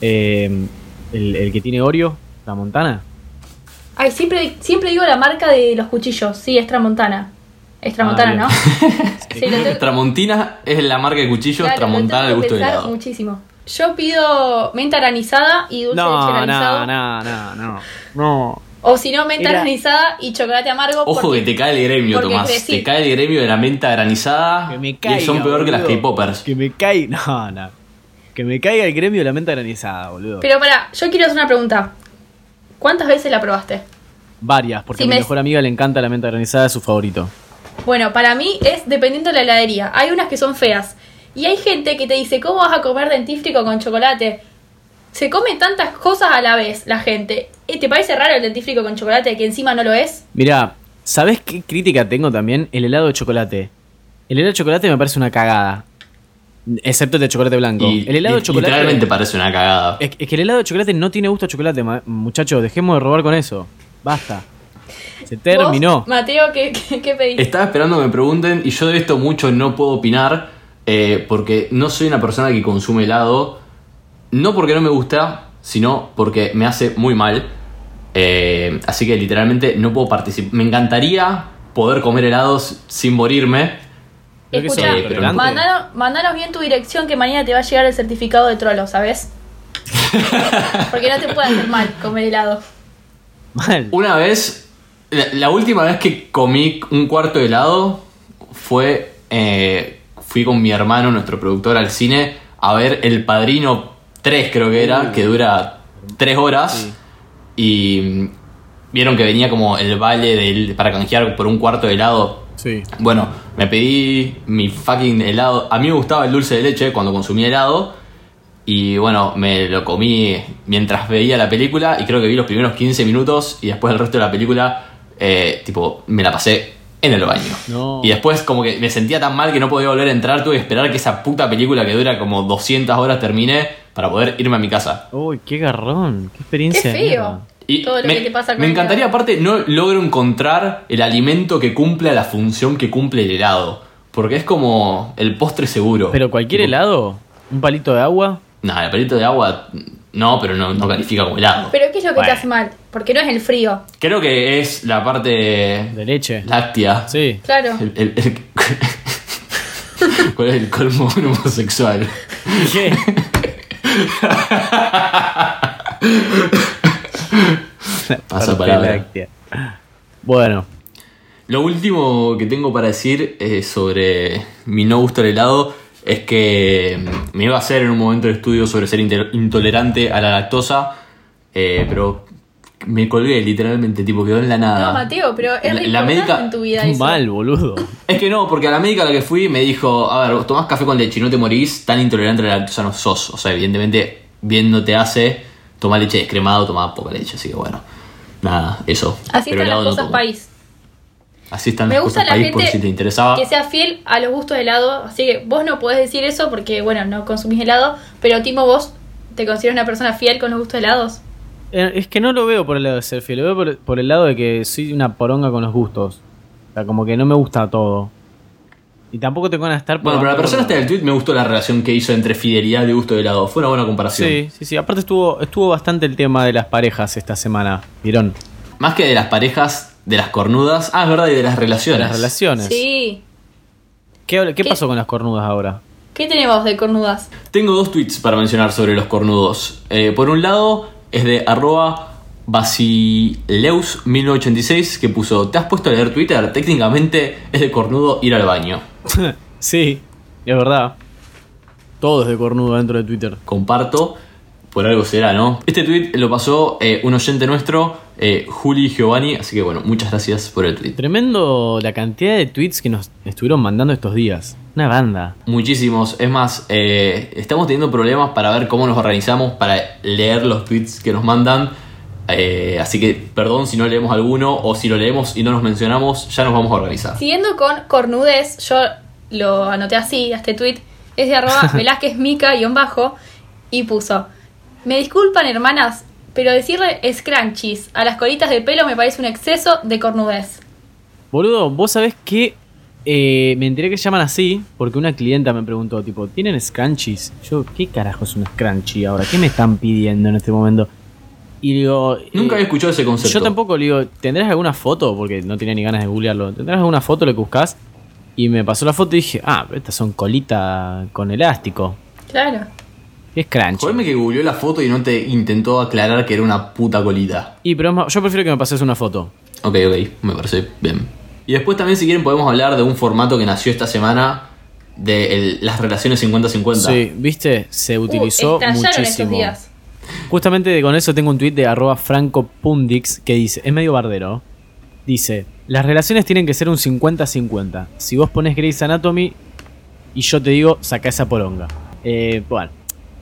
B: eh, el, el que tiene Oreo, la Montana.
C: Ay, siempre, siempre digo la marca de los cuchillos. Sí, es Tramontana. Es Tramontana,
B: Ah, bien.
C: ¿no? Sí, lo tengo-
D: Tramontina es la marca de cuchillos,
C: claro, lo
D: Tramontana el
C: tengo que
D: gusto del
C: pensar
D: helado.
C: Muchísimo. Yo pido menta aranizada y dulce de leche
B: No,
C: aranizado.
B: no, no, no, no. No.
C: O si no, menta
B: Era-
C: aranizada y chocolate amargo.
D: Ojo
C: porque-
D: que te cae el gremio,
C: porque
D: Tomás.
C: crecí.
D: Te cae el gremio de la menta granizada.
B: Que me
D: y
B: caiga,
D: son peor que las
B: boludo.
D: K-Poppers.
B: Que me caiga. No, no. Que me caiga el gremio de la menta granizada, boludo.
C: Pero pará, yo quiero hacer una pregunta. ¿Cuántas veces la probaste?
B: Varias, porque
C: Si
B: a mi
C: me-
B: mejor amiga le encanta la menta granizada, es su favorito.
C: Bueno, para mí es dependiendo de la heladería. Hay unas que son feas. Y hay gente que te dice, ¿cómo vas a comer dentífrico con chocolate? Se come tantas cosas a la vez la gente. ¿Y ¿Te parece raro el dentífrico con chocolate que encima no lo es?
B: Mirá, ¿sabés qué crítica tengo también? El helado de chocolate. El helado de chocolate me parece una cagada. Excepto el de chocolate blanco.
D: Y
B: el helado de
D: li-
B: chocolate.
D: Literalmente parece una cagada.
B: Es, es que el helado de chocolate no tiene gusto a chocolate, ma- muchachos. Dejemos de robar con eso. Basta. Se terminó.
C: ¿Vos, Mateo, ¿qué, qué, qué pediste?
D: Estaba esperando que me pregunten y yo de esto mucho no puedo opinar eh, porque no soy una persona que consume helado. No porque no me gusta, sino porque me hace muy mal. Eh, así que literalmente no puedo participar. Me encantaría poder comer helados sin morirme.
B: Creo que
C: Escuchá,
B: soy tolerante.
C: Mandanos, mandanos bien tu dirección que mañana te va a llegar el certificado de trolo, ¿sabes? Porque no te puede hacer mal comer helado.
B: Mal.
D: Una vez, la, la última vez que comí un cuarto de helado fue. eh, fui con mi hermano, nuestro productor, al cine a ver El Padrino 3, creo que era, que dura 3 horas. Y mm, vieron que venía como el vale del, para canjear por un cuarto de helado.
B: Sí.
D: Bueno, me pedí mi fucking helado. A mí me gustaba el dulce de leche cuando consumía helado. Y bueno, me lo comí mientras veía la película. Y creo que vi los primeros 15 minutos. Y después el resto de la película, eh, tipo, me la pasé en el baño.
B: No.
D: Y después, como que me sentía tan mal que no podía volver a entrar. Tuve que esperar que esa puta película que dura como 200 horas termine para poder irme a mi casa.
B: Uy, qué garrón. Qué experiencia.
C: Qué
B: de
C: feo.
B: mierda.
D: Y
C: Todo lo
D: me,
C: que te pasa con
D: me
C: el
D: encantaría,
C: helado.
D: aparte, no logro encontrar el alimento que cumpla la función que cumple el helado. Porque es como el postre seguro.
B: Pero cualquier helado, un palito de agua.
D: Nah, el palito de agua. No, pero no, no califica como helado.
C: Pero ¿qué es lo que
B: Bueno.
C: te hace mal? Porque no es el frío.
D: Creo que es la parte
B: De leche.
D: láctea.
B: Sí.
C: Claro.
D: El- el- el- ¿Cuál es el colmo de un homosexual?
B: ¿Qué?
D: Pasa
B: Parte
D: palabra.
B: láctea. Bueno,
D: Lo último que tengo para decir eh, sobre mi no gusto al helado es que mm, me iba a hacer en un momento de estudio sobre ser inter- intolerante a la lactosa, eh, pero me colgué literalmente, tipo quedó en la nada.
C: No, Mateo, pero es
D: La-
C: re
D: la
C: importante
D: médica-
C: en tu vida eso.
B: mal, boludo.
D: Es que no, porque a la médica a la que fui me dijo, a ver, vos tomás café con leche y no te morís, tan intolerante a la lactosa no sos. O sea, evidentemente, bien no te hace, tomar leche descremada o tomar poca leche, así que bueno, nada, eso.
C: Así
D: Pero
C: están
D: helado
C: las
D: no
C: cosas
D: tomo.
C: país.
D: Así están
C: Me
D: las
C: gusta
D: cosas
C: la
D: país,
C: gente
D: por si te interesaba.
C: que sea fiel a los gustos de helado. Así que vos no podés decir eso porque, bueno, no consumís helado. Pero Timo, vos te consideras una persona fiel con los gustos de helados.
B: Eh, Es que no lo veo por el lado de ser fiel, lo veo por, por el lado de que soy una poronga con los gustos. O sea, como que no me gusta todo. Y tampoco tengo ganas de estar por
D: Bueno, pero la
B: abajo
D: persona
B: de-
D: esta del tweet me gustó la relación que hizo entre fidelidad y gusto de helado. Fue una buena comparación.
B: Sí, sí, sí. Aparte estuvo, estuvo bastante el tema de las parejas esta semana. ¿Vieron?
D: Más que de las parejas, de las cornudas. Ah, es verdad, y de las
B: De
D: relaciones.
B: las relaciones.
C: Sí.
B: ¿Qué, habla- qué
C: ¿Qué?
B: pasó con las cornudas ahora?
C: ¿Qué tenemos de cornudas?
D: Tengo dos tweets para mencionar sobre los cornudos. Eh, por un lado, es de arroba basileus1986 que puso, ¿te has puesto a leer Twitter? Técnicamente es de cornudo ir al baño.
B: sí, es verdad. Todo es de cornudo dentro de Twitter.
D: comparto, por algo será, ¿no? Este tweet lo pasó eh, un oyente nuestro, eh, Juli Giovanni, así que bueno, muchas gracias por el tweet.
B: Tremendo la cantidad de tweets que nos estuvieron mandando estos días. Una banda.
D: Muchísimos, es más, eh, estamos teniendo problemas para ver cómo nos organizamos para leer los tweets que nos mandan. eh, así que perdón si no leemos alguno o si lo leemos y no nos mencionamos, ya nos vamos a organizar.
C: Siguiendo con cornudez, yo lo anoté así, a este tweet, es de arroba Velázquez Mica guión bajo, y puso, me disculpan hermanas, pero decirle scrunchies a las colitas de pelo me parece un exceso de cornudez.
B: Boludo, vos sabés que eh, me enteré que se llaman así porque una clienta me preguntó, tipo, ¿tienen scrunchies? Yo, ¿qué carajo es un scrunchie ahora? ¿Qué me están pidiendo en este momento? Y digo...
D: Nunca
B: eh,
D: había escuchado ese concepto.
B: Yo tampoco, le digo, ¿tendrás alguna foto? Porque no tenía ni ganas de googlearlo. ¿Tendrás alguna foto lo que buscas? Y me pasó la foto y dije, ah, pero estas son colita con elástico.
C: Claro.
B: Es crunch.
D: Jodeme que googleó la foto y no te intentó aclarar que era una puta colita.
B: Y pero es más- yo prefiero que me pases una foto.
D: Ok, ok, me parece bien. Y después también, si quieren, podemos hablar de un formato que nació esta semana de el- las relaciones 50-50.
B: Sí, viste, se utilizó
C: Uh, estallaron
B: muchísimo.
C: estos días.
B: Justamente con eso tengo un tweet de arroba francopundix que dice, es medio bardero, Dice, las relaciones tienen que ser un 50-50. Si vos pones Grey's Anatomy y yo te digo, saca esa poronga. Eh, bueno,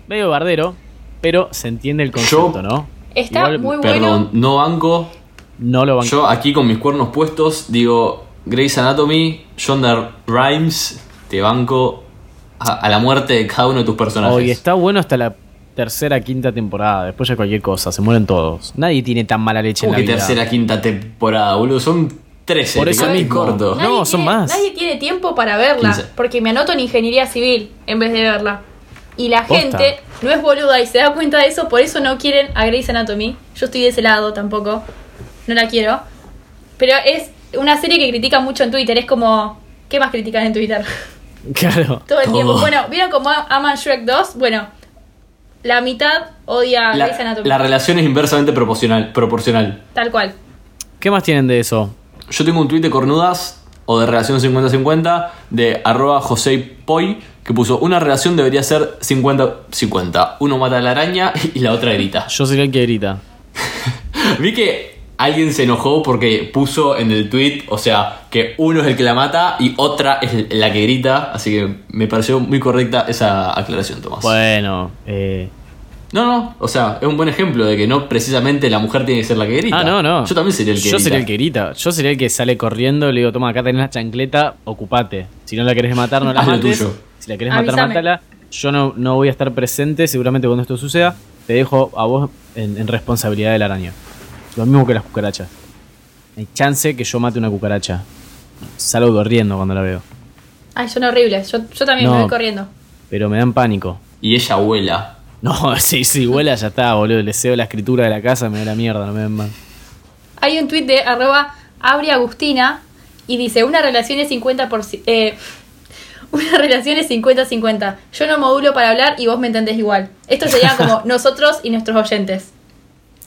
B: medio bardero, pero se entiende el concepto, ¿no?
C: Está
B: Igual,
C: muy bueno.
D: Perdón, no banco.
B: No lo van
D: Yo aquí con mis cuernos puestos digo Grey's Anatomy, Shonda Rhimes, te banco a, a la muerte de cada uno de tus personajes.
B: Hoy está bueno hasta la tercera, quinta temporada. Después ya cualquier cosa, se mueren todos. Nadie tiene tan mala leche en
D: ¿Cómo
B: la
D: que
B: vida.
D: tercera, quinta temporada, boludo? Son 13.
B: Por
D: te
B: eso
D: quedaste
B: mismo.
D: corto.
B: No, son
C: tiene,
B: más.
C: Nadie tiene tiempo para verla.
D: 15.
C: Porque me anoto en ingeniería civil en vez de verla. Y la
B: Posta.
C: gente no es boluda y se da cuenta de eso, por eso no quieren a Grey's Anatomy. Yo estoy de ese lado tampoco. No la quiero. Pero es una serie que critican mucho en Twitter. Es como. ¿Qué más critican en Twitter?
B: Claro.
C: Todo el
D: Todo.
C: tiempo. Bueno, ¿vieron cómo aman Shrek 2? Bueno, la mitad odia a Grey's
D: La,
C: Anatomy.
D: la relación es inversamente proporcional. proporcional.
C: Tal cual.
B: ¿Qué más tienen de eso?
D: Yo tengo un tuit de cornudas o de relación 50-50 de arroba José Poi que puso una relación debería ser 50-50. Uno mata a la araña y la otra grita.
B: Yo soy el que grita.
D: Vi que alguien se enojó porque puso en el tweet, o sea, que uno es el que la mata y otra es la que grita. Así que me pareció muy correcta esa aclaración, Tomás.
B: Bueno, eh,
D: No, no, o sea, es un buen ejemplo de que no precisamente la mujer tiene que ser la que grita.
B: Ah, no, no.
D: Yo también sería el que
B: Yo
D: grita.
B: sería el que grita. Yo sería el que sale corriendo, le digo, toma, acá tenés la chancleta, ocupate. Si no la querés matar, no la
D: Haz lo
B: mates.
D: tuyo.
B: Si la querés matar,
C: Avísame.
B: mátala. Yo no, no voy a estar presente seguramente cuando esto suceda. Te dejo a vos en, en responsabilidad de la araña. Lo mismo que las cucarachas. Hay chance que yo mate una cucaracha. Salgo corriendo cuando la veo.
C: Ay, son horribles. Yo, yo también
B: No.
C: me voy corriendo.
B: Pero me dan pánico.
D: Y ella abuela.
B: No, sí, sí, vuela, ya está, boludo. Le cebo la escritura de la casa, me da la mierda, no me den mal.
C: Hay un tuit de arroba Abri Agustina y dice, una relación es 50%... por ci- eh, una relación es 50-50. Yo no modulo para hablar y vos me entendés igual. Esto sería como nosotros y nuestros oyentes.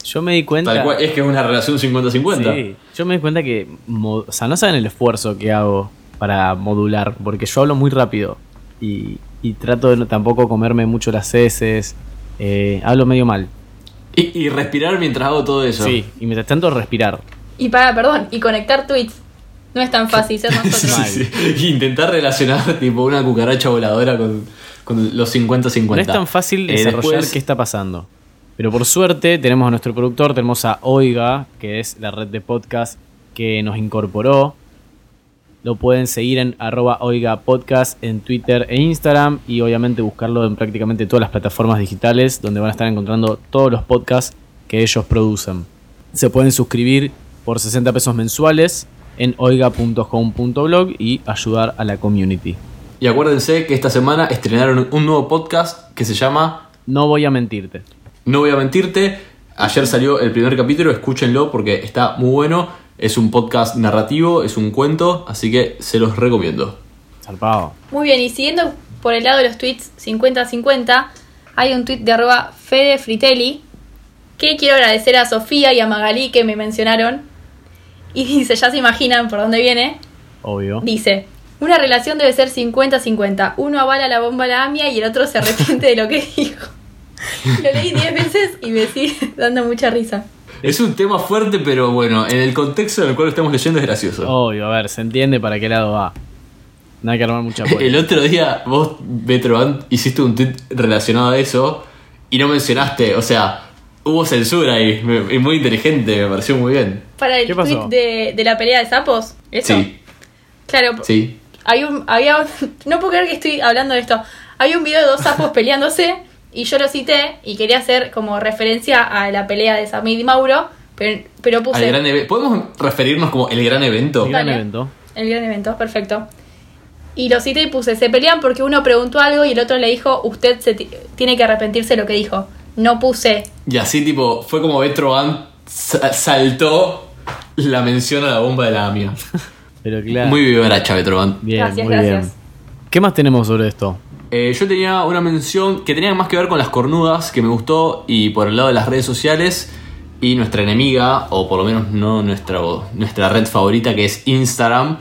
B: Yo me di cuenta.
D: Tal cual, es que es una relación 50-50.
B: Sí, yo me di cuenta que, mo- o sea, no saben el esfuerzo que hago para modular, porque yo hablo muy rápido y, y trato de no, tampoco comerme mucho las heces, eh, hablo medio mal.
D: Y, y respirar mientras hago todo eso.
B: Sí, y mientras tanto respirar.
C: Y para, perdón, y conectar tweets. No es tan fácil ser
D: Sí,
C: nosotros.
D: sí, sí. Y Intentar relacionar tipo una cucaracha voladora con, con los 50-50.
B: No es tan fácil
D: Eh,
B: desarrollar
D: después-
B: qué está pasando. Pero por suerte tenemos a nuestro productor, tenemos a Oiga, que es la red de podcast que nos incorporó. Lo pueden seguir en arroba Oiga Podcast en Twitter e Instagram y obviamente buscarlo en prácticamente todas las plataformas digitales donde van a estar encontrando todos los podcasts que ellos producen. Se pueden suscribir por 60 pesos mensuales en oiga.home.blog y ayudar a la community.
D: Y acuérdense que esta semana estrenaron un nuevo podcast que se llama
B: No voy a mentirte.
D: No voy a mentirte. Ayer salió el primer capítulo, escúchenlo porque está muy bueno. Es un podcast narrativo, es un cuento, así que se los recomiendo.
B: Zarpado.
C: Muy bien, y siguiendo por el lado de los tweets 50-50, hay un tweet de arroba Fede Fritelli que quiero agradecer a Sofía y a Magalí que me mencionaron. Y dice, ya se imaginan por dónde viene.
B: Obvio.
C: Dice, una relación debe ser 50-50. Uno avala la bomba a la AMIA y el otro se arrepiente de lo que dijo. Lo leí 10 veces y me sigue dando mucha risa.
D: Es un tema fuerte, pero bueno, en el contexto en el cual lo estamos leyendo es gracioso.
B: Obvio, a ver, se entiende para qué lado va. No hay que armar mucha
D: El
B: bola.
D: otro día vos, Betroban, hiciste un tweet relacionado a eso y no mencionaste, o sea, hubo censura ahí, me- y muy inteligente, me pareció muy bien.
C: Para el
B: ¿Qué pasó?
C: tweet de, de la pelea de sapos, ¿eso?
D: Sí,
C: Claro,
D: sí.
C: Hay un, había un- no puedo creer que estoy hablando de esto. Hay un video de dos sapos peleándose y yo lo cité y quería hacer como referencia a la pelea de Samid y Mauro, pero, pero puse
D: Al gran eve- ¿Podemos referirnos como el gran evento?
B: El gran
C: dale.
B: evento.
C: el gran evento, perfecto. Y lo cité y puse, se pelean porque uno preguntó algo y el otro le dijo, usted se ti- tiene que arrepentirse de lo que dijo. No puse,
D: Y así, tipo, fue como Betroban saltó la mención a la bomba de la AMIA.
B: Pero claro.
D: Muy vivaracha, Betroban.
B: bien,
C: Gracias,
B: muy
C: gracias.
B: bien. ¿Qué más tenemos sobre esto?
D: Eh, yo tenía una mención que tenía más que ver con las cornudas, que me gustó, y por el lado de las redes sociales, y nuestra enemiga, o por lo menos no nuestra, nuestra red favorita, que es Instagram,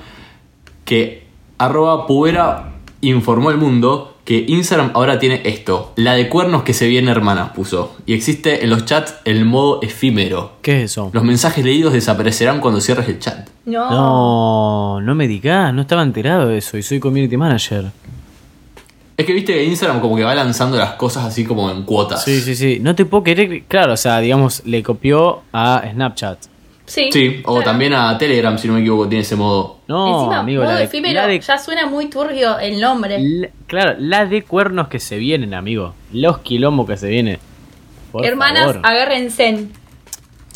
D: que arroba pubera informó al mundo que Instagram ahora tiene esto. La de cuernos que se viene hermanas puso. Y existe en los chats el modo efímero.
B: ¿Qué es eso?
D: Los mensajes leídos desaparecerán cuando cierres el chat.
C: No.
B: No, no me digas, no estaba enterado de eso y soy community manager.
D: Es que viste que Instagram como que va lanzando las cosas así como en cuotas.
B: Sí, sí, sí. No te puedo querer. Claro, o sea, digamos, le copió a Snapchat.
C: Sí.
D: Sí, o
C: claro.
D: también a Telegram, si no me equivoco, tiene ese modo.
B: No,
C: Encima,
B: amigo,
C: modo
B: la de,
C: efímero,
B: la de-
C: ya suena muy turbio el nombre.
B: la- claro, la de cuernos que se vienen, amigo. Los quilombos que se vienen. Por
C: Hermanas,
B: favor.
C: agárrense.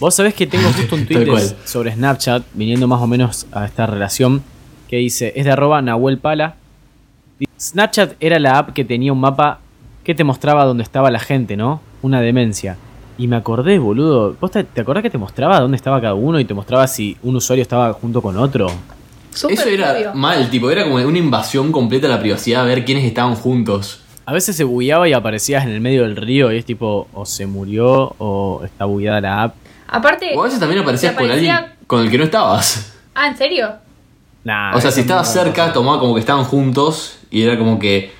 B: Vos sabés que tengo justo un tweet
D: Tal cual.
B: sobre Snapchat, viniendo más o menos a esta relación, que dice, es de arroba Nahuel Pala. Di- Snapchat era la app que tenía un mapa que te mostraba dónde estaba la gente, ¿no? Una demencia. Y me acordé, boludo, ¿vos te, te acordás que te mostraba dónde estaba cada uno y te mostraba si un usuario estaba junto con otro?
C: Súper
D: Eso era
C: turbio.
D: mal, tipo, era como una invasión completa a la privacidad, a ver quiénes estaban juntos.
B: A veces se bugueaba y aparecías en el medio del río y es tipo, o se murió o está bugueada la app.
C: Aparte.
D: O a veces también aparecías
C: te
D: con
C: aparecía-
D: alguien con el que no estabas.
C: Ah, ¿en serio?
B: Nah,
D: o
B: Ah,
D: sea,
B: eso
D: si
B: no
D: estabas
B: me acuerdo.
D: cerca, tomaba como que estaban juntos y era como que.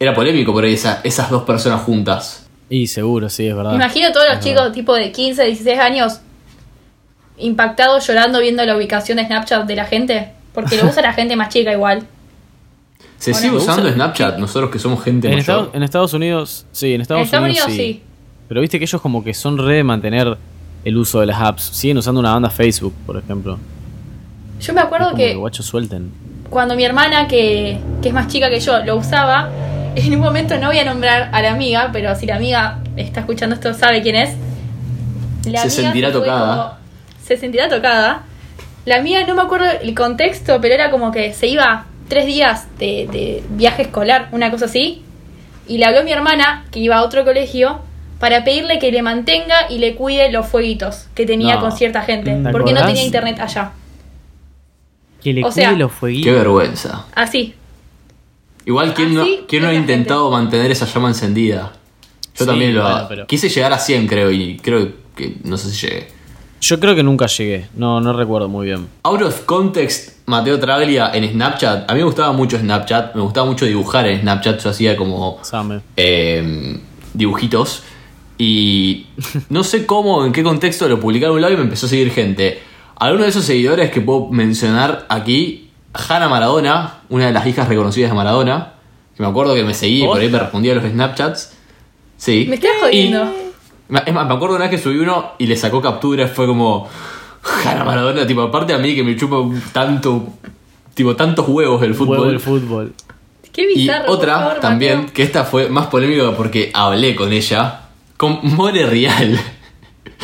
D: Era polémico por ahí esa- esas dos personas juntas.
B: Y seguro, sí, es verdad.
C: Me Imagino todos los
B: Ah, Es
C: chicos tipo de 15, 16 años impactados llorando viendo la ubicación de Snapchat de la gente. Porque lo usa la gente más chica igual.
D: Se
C: Bueno,
D: sigue
C: me
D: usando
B: gusta-
D: Snapchat, nosotros que somos gente
B: En
D: mayor.
B: Estados, en Estados Unidos, sí, en Estados,
C: En Estados
B: Unidos,
C: Unidos,
B: sí.
C: sí.
B: Pero viste que ellos como que son re de mantener el uso de las apps. Siguen usando una banda Facebook, por ejemplo.
C: Yo me
B: Es
C: acuerdo
B: como
C: que
B: guachos suelten.
C: cuando mi hermana, que, que es más chica que yo, lo usaba, en un momento no voy a nombrar a la amiga, pero si la amiga está escuchando esto sabe quién es. La
D: Se
C: amiga
D: sentirá
C: fue
D: tocada.
C: como- se sentirá tocada. La amiga, no me acuerdo el contexto, pero era como que se iba tres días de, de viaje escolar, una cosa así. Y le habló mi hermana, que iba a otro colegio, para pedirle que le mantenga y le cuide los fueguitos que tenía
B: No.
C: con cierta gente.
B: ¿Te
C: Porque no
B: acordás?
C: tenía internet allá.
B: Que le
C: O sea,
B: cuide los
D: Qué
B: fueguitos.
D: vergüenza.
C: Así.
D: Igual, ¿quién no,
C: Así
D: quién no ha
C: es la Ah, gente.
D: intentado mantener esa llama encendida? Yo
B: Sí,
D: también lo
B: bueno, pero-
D: Quise llegar a 100, creo, y creo que no sé si llegué.
B: Yo creo que nunca llegué. No, no recuerdo muy bien.
D: Out of context, Mateo Traglia en Snapchat. A mí me gustaba mucho Snapchat, me gustaba mucho dibujar en Snapchat. Yo hacía como
B: Same.
D: eh, dibujitos. Y no sé cómo, en qué contexto lo publicaron un lado y me empezó a seguir gente. Algunos de esos seguidores que puedo mencionar aquí, Hannah Maradona, una de las hijas reconocidas de Maradona, que me acuerdo que me seguía y por ahí me respondía a los Snapchats. Sí.
C: Me estás
D: Y-
C: jodiendo.
D: Ma- Es más, me acuerdo una vez que subí uno y le sacó captura, fue como. Jara Maradona, tipo, aparte a mí que me chupa tanto. Tipo, tantos huevos el fútbol.
B: Huevo el fútbol.
C: Qué
D: y
C: bizarro. por
D: otra
C: favor,
D: también,
C: Mateo.
D: que esta fue más polémica porque hablé con ella, con More Real.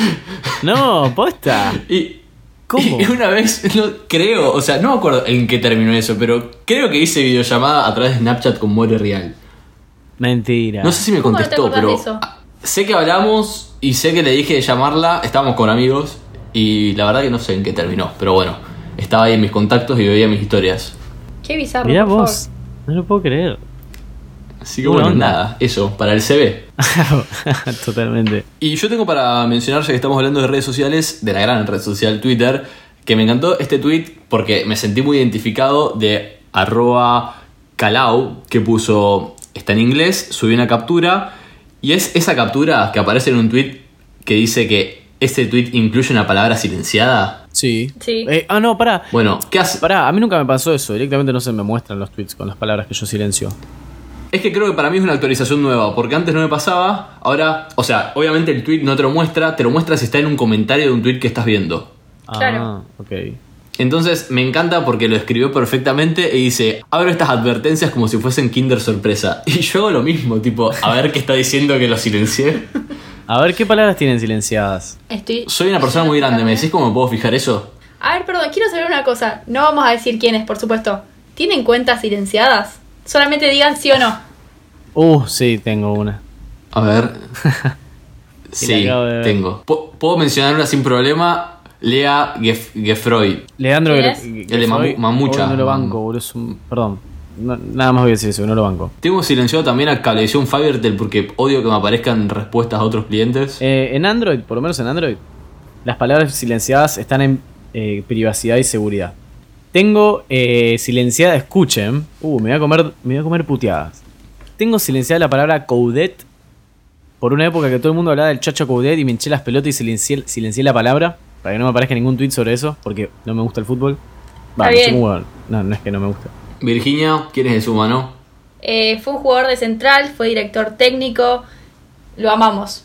B: No, posta.
D: Y.
B: ¿Cómo?
D: y una vez, no, creo, o sea, no me acuerdo en qué terminó eso, pero creo que hice videollamada a través de Snapchat con More Real.
B: Mentira.
D: No sé si me
C: ¿Cómo no te
D: contestó,
C: acordás de eso?
D: pero ah, sé que hablamos y sé que le dije de llamarla, estábamos con amigos y la verdad que no sé en qué terminó, pero bueno, estaba ahí en mis contactos y veía mis historias.
C: Qué bizarro.
B: Mirá
C: por
B: vos. No lo puedo creer.
D: Así que
B: Buena
D: bueno,
B: onda.
D: nada, eso, para el CV.
B: Totalmente.
D: Y yo tengo para mencionarse que estamos hablando de redes sociales, de la gran red social Twitter, que me encantó este tweet porque me sentí muy identificado de arroba calao, que puso, está en inglés, subí una captura, y es esa captura que aparece en un tweet que dice que este tweet incluye una palabra silenciada.
B: Sí.
C: Sí.
B: Eh, ah, no, pará.
D: Bueno, ¿qué hace?
B: Pará, a mí nunca me pasó eso. Directamente no se me muestran los tweets con las palabras que yo silencio.
D: Es que creo que para mí es una actualización nueva, porque antes no me pasaba, ahora, o sea, obviamente el tweet no te lo muestra, te lo muestra si está en un comentario de un tweet que estás viendo.
B: Ah,
C: Claro.
B: ok.
D: Entonces me encanta porque lo escribió perfectamente y dice, abro estas advertencias como si fuesen Kinder sorpresa. Y yo hago lo mismo, tipo, a ver qué está diciendo que lo silencié.
B: A ver, ¿qué palabras tienen silenciadas?
C: favor. Estoy...
D: Soy una persona muy grande, ¿me decís cómo me puedo fijar eso?
C: A ver, perdón, quiero saber una cosa. No vamos a decir quiénes, por supuesto. ¿Tienen cuentas silenciadas? Solamente digan sí o no.
B: Uh, sí, tengo una.
D: A ver. Sí,
B: acabo de ver.
D: tengo. Pu- Puedo mencionar una sin problema, Lea Gef- Gefroy.
B: Leandro
C: ¿Quién
B: Gre-
C: es?
B: Gre-
D: El de Mamu-
B: Gre-
D: Mamucha.
B: Oh, No lo banco, boludo. es un- Perdón. No- nada más voy a decir eso, no lo banco.
D: Tengo silenciado también a Cablevisión Fivertel porque odio que me aparezcan respuestas a otros clientes.
B: Eh, en Android, por lo menos en Android, las palabras silenciadas están en eh, privacidad y seguridad. Tengo eh, silenciada, escuchen. Uh, me voy a comer, me voy a comer puteadas. Tengo silenciada la palabra Coudet por una época que todo el mundo hablaba del Chacho Coudet y me hinché las pelotas y silencié, silencié la palabra para que no me aparezca ningún tweet sobre eso porque no me gusta el fútbol. Va, no,
C: Está
B: soy
C: bien.
B: muy bueno. no, no es que no me gusta.
D: Virginia, ¿quién es de su mano?
C: Eh, fue un jugador de Central, fue director técnico. Lo amamos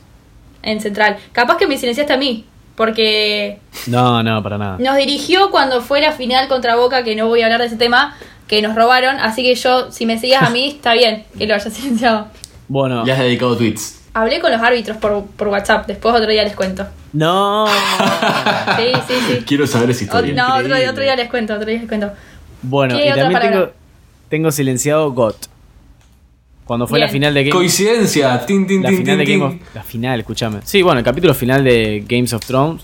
C: en Central. Capaz que me silenciaste a mí, porque
B: No, no, para nada.
C: nos dirigió cuando fue la final contra Boca, que no voy a hablar de ese tema, que nos robaron. Así que yo, si me seguías a mí, está bien que lo hayas silenciado.
B: Bueno,
D: Le has dedicado tweets.
C: Hablé con los árbitros por, por WhatsApp, después otro día les cuento.
B: no.
C: Sí, sí, sí.
D: Quiero saber esa
C: O-
D: historia.
C: no, otro
B: increíble.
C: día, otro día les cuento, otro día les cuento.
B: Bueno,
C: ¿Qué
B: y
C: otra
B: también
C: palabra?
B: tengo, tengo silenciado GOT. Cuando fue la
C: Bien.
B: final de Game
D: Coincidencia. Tin, tin,
B: La
D: tin,
B: final de
D: tin,
B: Game
D: tin.
B: of- La final, escúchame. Sí, bueno, el capítulo final de Games of Thrones.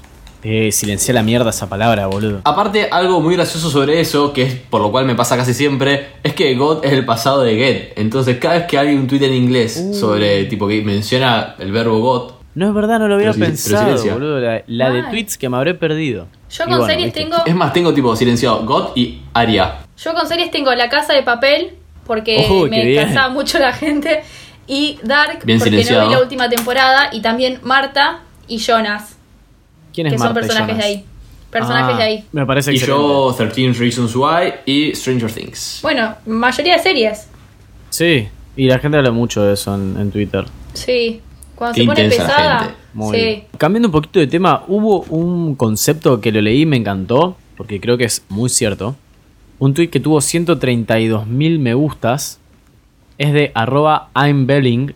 B: Eh, silencié la mierda esa palabra, boludo.
D: Aparte, algo muy gracioso sobre eso, que es por lo cual me pasa casi siempre, es que God es el pasado de get. Entonces, cada vez que hay un tweet en inglés sobre, tipo, que menciona el verbo God,
B: No es verdad, no lo había
D: Pero si- pero
B: pensado,
D: silencia.
B: boludo. La, la de
C: Mal.
B: tweets que me habré perdido.
C: Yo
B: Y
C: con
B: bueno,
C: series
B: viste.
C: tengo.
D: es más, tengo tipo silenciado God y Aria.
C: Yo con series tengo La Casa de Papel, porque
B: Uy, qué
C: me
B: bien.
C: cansaba mucho la gente. Y Dark,
D: Bien
C: porque
D: silenciado.
C: no vi la última temporada. Y también Marta y Jonas,
B: ¿Quién
C: que
B: es
C: son
B: Marta y
C: personajes
B: Jonas?
C: de ahí. Personajes
B: Ah,
C: de ahí.
B: Me parece
D: Y
B: que
D: yo, 13 Reasons Why y Stranger Things.
C: Bueno, mayoría de series.
B: Sí, y la gente habla mucho de eso en, en Twitter.
C: Sí. Cuando
D: Qué
C: se pone
D: intensa la
C: pesada.
D: gente.
B: Muy
C: sí.
B: bien. Cambiando un poquito de tema, hubo un concepto que lo leí y me encantó, porque creo que es muy cierto. Un tweet que tuvo 132.000 me gustas es de arroba I'm Belling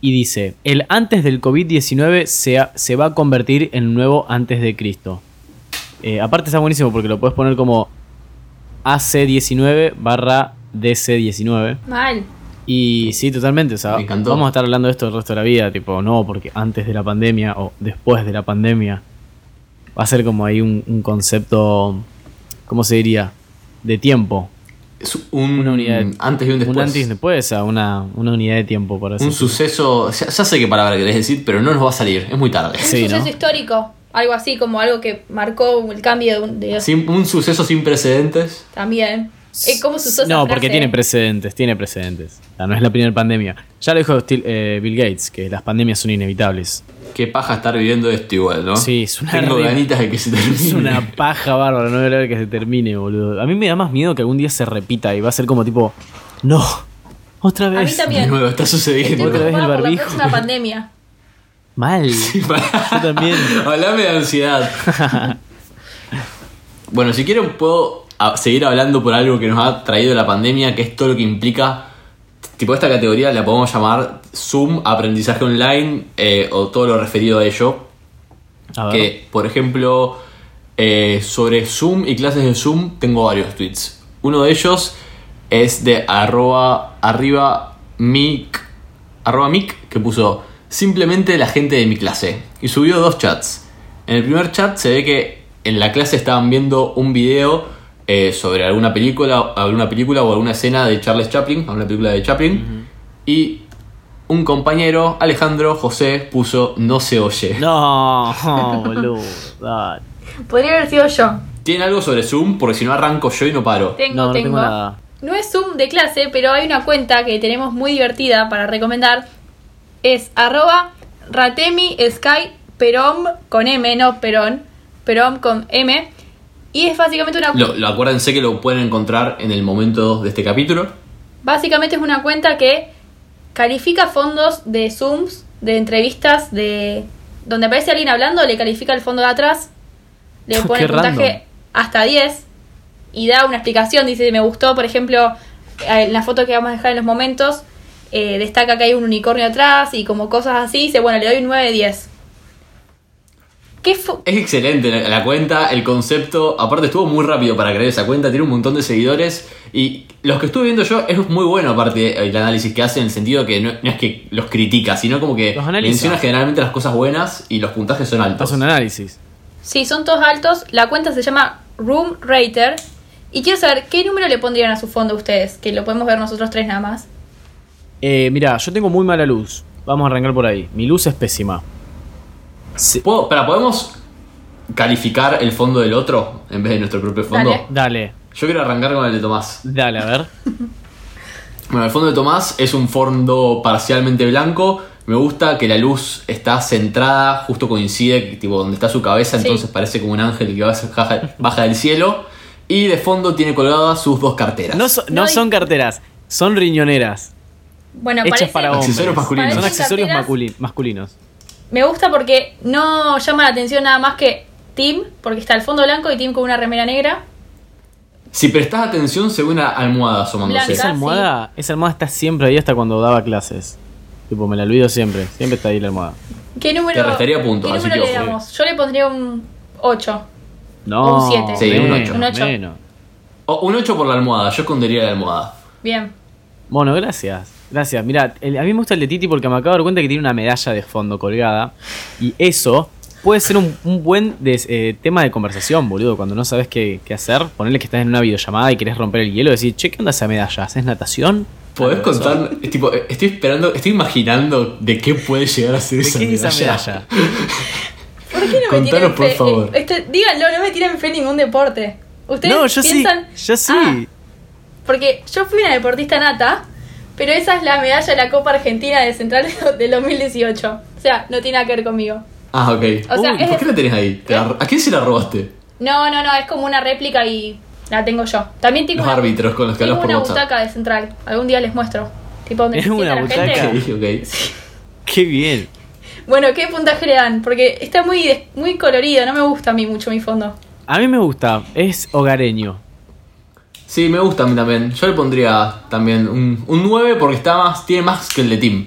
B: y dice, el antes del COVID-19 se, ha- se va a convertir en nuevo antes de Cristo. Eh, aparte está buenísimo porque lo puedes poner como AC19 barra DC19.
C: Mal.
B: Y sí, totalmente. O sea,
D: Me encantó.
B: vamos a estar hablando de esto el resto de la vida, tipo, no, porque antes de la pandemia o después de la pandemia. Va a ser como ahí un, un concepto, ¿cómo se diría? De tiempo.
D: Es un,
B: Una unidad de-
D: antes y un después.
B: Un antes y un después, o sea, una, una unidad de tiempo, por así
D: Un
B: decirlo.
D: suceso, ya, ya sé qué palabra querés decir, pero no nos va a salir, es muy tarde.
B: Sí,
C: un suceso
B: ¿no?
C: histórico. Algo así, como algo que marcó el cambio de. un- de
D: Sin- un suceso sin precedentes.
C: También. Es como su sosa
B: No, porque
C: frase.
B: tiene precedentes, tiene precedentes. O sea, no es la primera pandemia. Ya lo dijo Steel- eh, Bill Gates, que las pandemias son inevitables.
D: Qué paja estar viviendo esto igual, ¿no?
B: Sí, es una
D: Tengo
B: re-
D: ganitas de que se termine.
B: Es una paja bárbara, no voy a hablar que se termine, boludo. A mí me da más miedo que algún día se repita y va a ser como tipo, no, otra vez.
C: A mí también.
D: De nuevo, está
C: Estoy
D: sucediendo.
B: Otra vez el
C: preocupada por
B: barbijo.
C: La próxima pandemia.
B: Mal. Yo también.
D: Hablame de ansiedad. bueno, si quieren puedo a- seguir hablando por algo que nos ha traído la pandemia, que es todo lo que implica, tipo esta categoría la podemos llamar Zoom, aprendizaje online eh, o todo lo referido a ello.
B: A ver.
D: Que, por ejemplo, eh, sobre Zoom y clases de Zoom tengo varios tweets. Uno de ellos es de arroba arriba mic, arroba mic que puso simplemente la gente de mi clase. Y subió dos chats. En el primer chat se ve que en la clase estaban viendo un video eh, sobre alguna película, alguna película o alguna escena de Charles Chaplin, alguna película de Chaplin. Y un compañero, Alejandro José, puso no se oye.
B: No, boludo. dale.
C: Podría haber sido yo.
D: ¿Tiene algo sobre Zoom? Porque si no arranco yo y no paro.
C: Tengo,
B: No, no
C: tengo.
B: tengo nada.
C: No es Zoom de clase, pero hay una cuenta que tenemos muy divertida para recomendar. Es arroba ratemi sky perom con M, no perón, perom con M. Y es básicamente una
D: Lo, lo acuérdense que lo pueden encontrar en el momento de este capítulo.
C: básicamente es una cuenta que califica fondos de Zooms, de entrevistas, de donde aparece alguien hablando, le califica el fondo de atrás, le
B: Qué
C: pone puntaje
B: random.
C: hasta 10 y da una explicación, dice, me gustó, por ejemplo, eh, en la foto que vamos a dejar en los momentos, eh, destaca que hay un unicornio atrás y como cosas así, dice, bueno, le doy un 9 de 10. ¿Qué fu-
D: Es excelente la, la cuenta, el concepto. Aparte estuvo muy rápido para crear esa cuenta, tiene un montón de seguidores. Y los que estuve viendo yo es muy bueno aparte el análisis que hace en el sentido que no, no es que los critica, sino como que
B: Los analiza.
D: menciona generalmente las cosas buenas y los puntajes son altos.
B: Haz un análisis.
C: Sí, son todos altos. La cuenta se llama Room Rater. Y quiero saber qué número le pondrían a su fondo ustedes, que lo podemos ver nosotros tres nada más.
B: Eh, mirá, yo tengo muy mala luz. Vamos a arrancar por ahí. Mi luz es pésima. Sí.
D: ¿Puedo- para, ¿Podemos calificar el fondo del otro en vez de nuestro propio fondo?
C: Dale.
B: Dale,
D: Yo quiero arrancar con el de Tomás.
B: dale, a ver.
D: Bueno, el fondo de Tomás es un fondo parcialmente blanco. Me gusta que la luz está centrada, justo coincide, tipo, donde está su cabeza,
C: Sí.
D: entonces parece como un ángel que baja, baja del cielo. Y de fondo tiene colgadas sus dos carteras.
B: No, so- no
C: No hay-
B: son carteras, son riñoneras.
C: Bueno,
B: hechas
C: parece,
B: para hombres.
D: Accesorios masculinos.
B: Son
C: Parecen
B: accesorios
C: carteras.
B: maculi- masculinos.
C: me gusta porque no llama la atención nada más que Tim, porque está el fondo blanco y Tim con una remera negra.
D: Si prestás atención, se ve una almohada asomándose.
C: Blanca.
B: Esa
C: Ah,
B: almohada, esa almohada está siempre ahí hasta cuando daba clases. Tipo, me la olvido siempre. Siempre está ahí la almohada.
C: ¿Qué número,
D: Te restaría puntos,
C: ¿qué
D: así
C: número
D: que
C: le
D: ojo. eh.
C: damos? Yo le pondría un 8.
B: No.
C: Un siete.
D: Sí, un ocho.
B: menos,
C: Un ocho.
B: menos.
D: O un 8 por la almohada, yo escondería la almohada.
C: Bien.
B: Bueno, gracias. Gracias. Mira, a mí me gusta el de Titi porque me acabo de dar cuenta que tiene una medalla de fondo colgada. Y eso puede ser un, un buen des- eh, tema de conversación, boludo. Cuando no sabes qué, qué hacer, ponerle que estás en una videollamada y querés romper el hielo y decir, che, ¿qué onda esa medalla? ¿Haces natación?
D: ¿Podés contar? Es tipo, eh, estoy esperando, estoy imaginando de qué puede llegar a ser
B: ¿De
D: esa
B: qué es
D: medalla.
B: esa medalla?
C: ¿Por qué no me
D: Contanos,
C: tienen
D: por
C: fe?
D: favor.
C: eh, esto- díganlo, no me tienen fe en ningún deporte. Ustedes
B: No, yo sí.
C: piensan,
B: Yo sí.
C: Ah, porque yo fui una deportista nata, pero esa es la medalla de la Copa Argentina de Central del 2018. O sea, no tiene nada que ver conmigo.
D: Ah, ok.
C: O sea,
D: Uy,
C: es-
D: ¿Por qué la tenés ahí? ¿Te la- ¿A quién se la robaste?
C: No, no, no, es como una réplica y la tengo yo. También tengo
D: Los
C: una,
D: árbitros con los que
C: tengo
D: hablas por
C: una
D: WhatsApp.
C: butaca de Central. Algún día les muestro. Tipo donde
B: Es
C: se sienta
B: una
C: la gente.
B: butaca.
D: Sí, ok.
B: Qué bien.
C: Bueno, ¿qué puntaje le dan? Porque está muy, des- muy colorido, no me gusta a mí mucho mi fondo.
B: A mí me gusta. Es hogareño.
D: Sí, me gusta a mí también. Yo le pondría también un, un 9 porque está más, tiene más que el de Tim.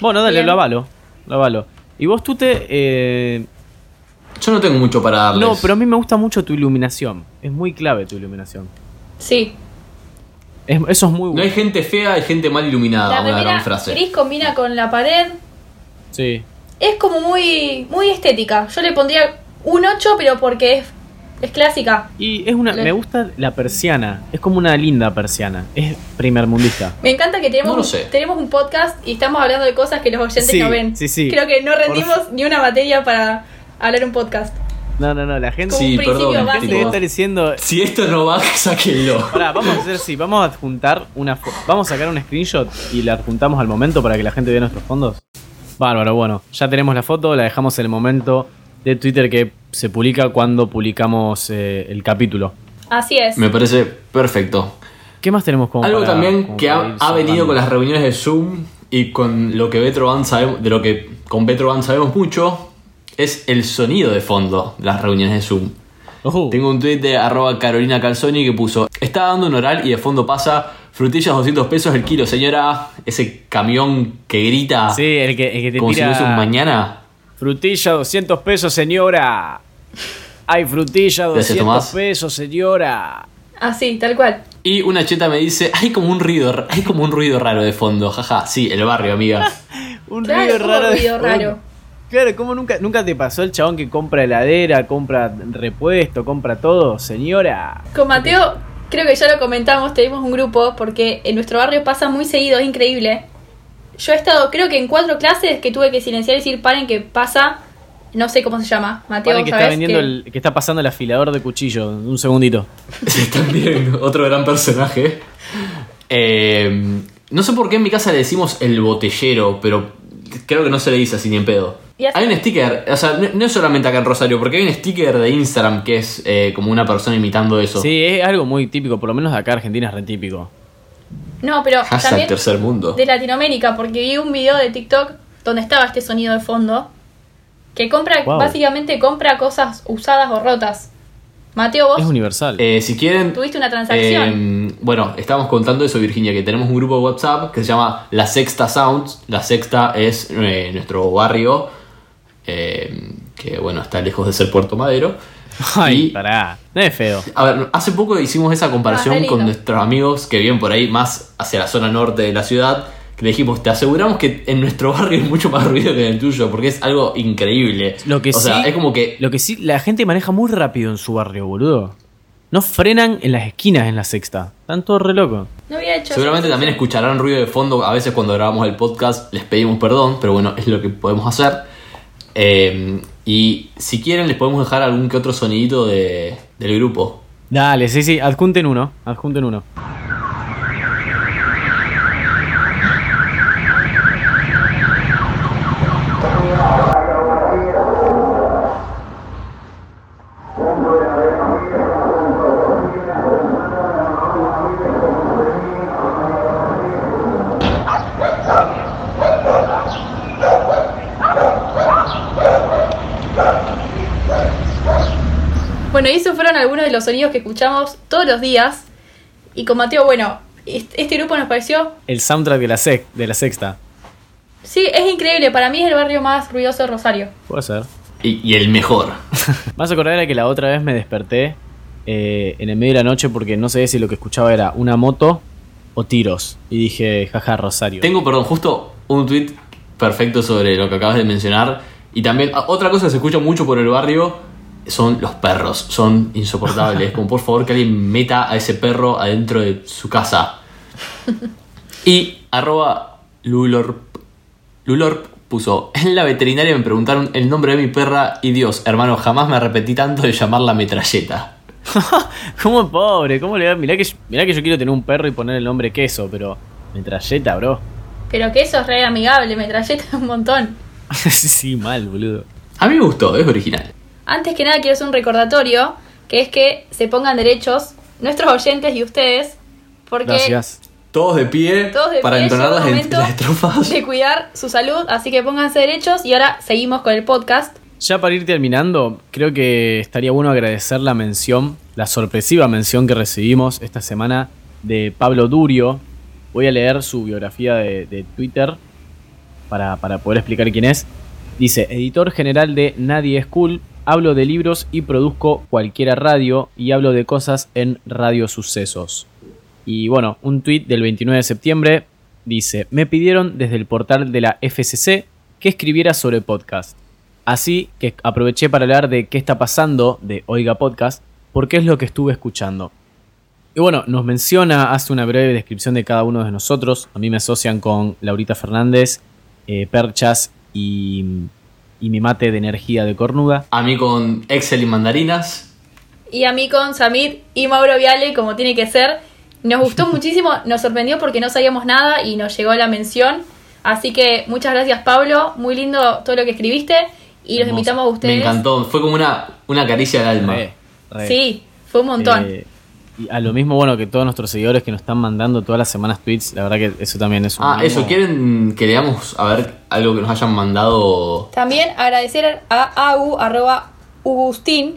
B: Bueno, dale,
C: Bien.
B: lo avalo. Lo avalo. Y vos, tú te... eh,
D: Yo no tengo mucho para darles.
B: no, pero a mí me gusta mucho tu iluminación. Es muy clave tu iluminación.
C: Sí.
B: Es- eso es muy bueno.
D: No hay gente fea, hay gente mal
C: la
D: iluminada, Ah, una
C: remera
D: gran frase.
C: gris combina con la pared.
B: Sí.
C: Es como muy, muy estética. Yo le pondría un 8, pero porque es, es clásica.
B: Y es una.
C: Le-
B: Me gusta la persiana. Es como una linda persiana. Es primermundista.
C: Me encanta que tenemos,
D: No lo sé.
C: tenemos un podcast y estamos hablando de cosas que los oyentes
B: Sí,
C: no ven.
B: sí, sí.
C: Creo que no rendimos ni una materia para hablar un podcast.
B: No, no, no. La gente
C: Como
D: Sí,
C: un principio
D: perdón,
B: la gente debe
C: básico.
B: estar diciendo.
D: Si esto no va, sáquenlo.
B: Pará, vamos a hacer así. Vamos a adjuntar una. fo- Vamos a sacar un screenshot y la adjuntamos al momento para que la gente vea nuestros fondos. Bárbaro, bueno. Ya tenemos la foto. La dejamos en el momento de Twitter que se publica cuando publicamos eh, el capítulo.
C: Así es.
D: Me parece perfecto.
B: ¿Qué más tenemos como
D: Algo
B: para-
D: también
B: como
D: que
B: para
D: ha,
B: ir
D: ha venido
B: cerrando?
D: con las reuniones de Zoom y con lo que Betroban sabemos, de lo que con Betroban sabemos mucho, es el sonido de fondo de las reuniones de Zoom.
B: Ujú.
D: Tengo un tweet de arroba Carolina Calzoni que puso, está dando un oral y de fondo pasa frutillas 200 pesos el kilo, señora, ese camión que grita
B: Sí, el que, el que te
D: como si
B: tira.
D: fuese un mañana.
B: Frutilla, 200 pesos, señora. Hay frutilla,
D: Gracias,
B: 200
D: Tomás.
B: pesos, señora.
C: Así, tal cual.
D: Y una cheta me dice, hay como un ruido, hay como un ruido raro de fondo, jaja, sí, el barrio, amiga.
B: Un
C: Claro,
B: ruido
C: ¿cómo
B: raro. de
C: ruido
B: fondo.
C: raro?
B: Claro, ¿cómo nunca, nunca te pasó el chabón que compra heladera, compra repuesto, compra todo, señora?
C: Con Mateo, creo que ya lo comentamos, tenemos un grupo porque en nuestro barrio pasa muy seguido, es increíble. Yo he estado, creo que en cuatro clases que tuve que silenciar y decir, paren que pasa, no sé cómo se llama, Mateo,
B: Paren que
C: ¿sabes
B: está vendiendo
C: qué?
B: el, que está pasando el afilador de cuchillo, un segundito.
D: Sí, también, otro gran personaje. Eh, no sé por qué en mi casa le decimos el botellero, pero creo que no se le dice así ni en pedo.
C: Y hace-
D: Hay un sticker, o sea, no, no es solamente acá en Rosario, porque hay un sticker de Instagram que es eh, como una persona imitando eso.
B: Sí, es algo muy típico, por lo menos de acá Argentina es re típico.
C: No, pero
D: Hashtag
C: también
D: tercer mundo.
C: de Latinoamérica, porque vi un video de TikTok donde estaba este sonido de fondo, que compra,
B: Wow.
C: básicamente compra cosas usadas o rotas. Mateo, vos
B: Es universal.
D: Eh, si quieren.
C: tuviste una transacción.
D: eh, bueno, estábamos contando eso, Virginia, que tenemos un grupo de WhatsApp que se llama La Sexta Sounds. La Sexta es eh, nuestro barrio, eh, que bueno, está lejos de ser Puerto Madero.
B: Ay,
D: y-
B: pará. No es feo.
D: A ver, hace poco hicimos esa
C: Ah,
D: comparación
C: está lindo.
D: con nuestros amigos que viven por ahí, más hacia la zona norte de la ciudad, que le dijimos, te aseguramos que en nuestro barrio es mucho más ruido que en el tuyo, porque es algo increíble.
B: Lo que
D: o sea,
B: sí-
D: es como que...
B: Lo que sí, la gente maneja muy rápido en su barrio, boludo. No frenan en las esquinas en la sexta. Están todos re locos.
C: No había hecho
D: Seguramente
C: esa
D: también
C: transacción.
D: escucharán ruido de fondo, a veces cuando grabamos el podcast les pedimos perdón, pero bueno, es lo que podemos hacer. Eh, y si quieren les podemos dejar algún que otro sonidito de- del grupo.
B: Dale, sí, sí, adjunten uno, adjunten uno.
C: Bueno, y esos fueron algunos de los sonidos que escuchamos todos los días. Y con Mateo, bueno, est- este grupo nos pareció.
B: El soundtrack de la, sec- de la sexta.
C: Sí, es increíble. Para mí es el barrio más ruidoso de Rosario.
B: Puede ser.
D: Y, y el mejor.
B: Más acordar a que la otra vez me desperté eh, en el medio de la noche porque no sé si lo que escuchaba era una moto o tiros. Y dije, jaja, Rosario.
D: Tengo, perdón, justo un tweet perfecto sobre lo que acabas de mencionar. Y también, ah, otra cosa que se escucha mucho por el barrio son los perros. Son insoportables. Como por favor que alguien meta a ese perro adentro de su casa. Y arroba Lulorp. Lulorp puso, en la veterinaria me preguntaron el nombre de mi perra y Dios, hermano, jamás me arrepentí tanto de llamarla metralleta.
B: ¿Cómo pobre? ¿Cómo le va? Mirá que, yo- mirá que yo quiero tener un perro y poner el nombre queso, pero. Metralleta, bro.
C: Pero que eso es re amigable, metralleta un montón.
B: sí, mal, boludo.
D: A mí me gustó, es original.
C: Antes que nada quiero hacer un recordatorio, que es que se pongan derechos nuestros oyentes y ustedes, porque
B: Gracias.
D: Todos de pie
C: Todos de
D: para
C: pie,
D: entonar
C: llegó el
D: las, en-
C: momento
D: las estrofas.
C: de cuidar su salud, así que pónganse derechos y ahora seguimos con el podcast.
B: Ya para ir terminando, creo que estaría bueno agradecer la mención, la sorpresiva mención que recibimos esta semana de Pablo Durio. Voy a leer su biografía de, de Twitter para, para poder explicar quién es. Dice, editor general de Nadie es Cool, hablo de libros y produzco cualquiera radio y hablo de cosas en Radio Sucesos. Y bueno, un tuit del 29 de septiembre dice, me pidieron desde el portal de la FCC que escribiera sobre podcast. Así que aproveché para hablar de qué está pasando de Oiga Podcast, porque es lo que estuve escuchando. Y bueno, nos menciona, hace una breve descripción de cada uno de nosotros. A mí me asocian con Laurita Fernández, eh, Perchas y, y mi mate de energía de cornuda.
D: A mí con Excel y mandarinas.
C: Y a mí con Samir y Mauro Viale, como tiene que ser. Nos gustó muchísimo, nos sorprendió porque no sabíamos nada y nos llegó la mención. Así que muchas gracias Pablo, muy lindo todo lo que escribiste y los
B: Hermoso.
C: invitamos a ustedes.
D: Me encantó, fue como una, una caricia al alma.
B: Re, re.
C: Sí, fue un montón.
B: Eh, y a lo mismo, bueno, que todos nuestros seguidores que nos están mandando todas las semanas tweets, la verdad que eso también es un
D: Ah, eso,
B: mimo.
D: ¿quieren que leamos a ver algo que nos hayan mandado?
C: También agradecer a Agu, arroba Agustín,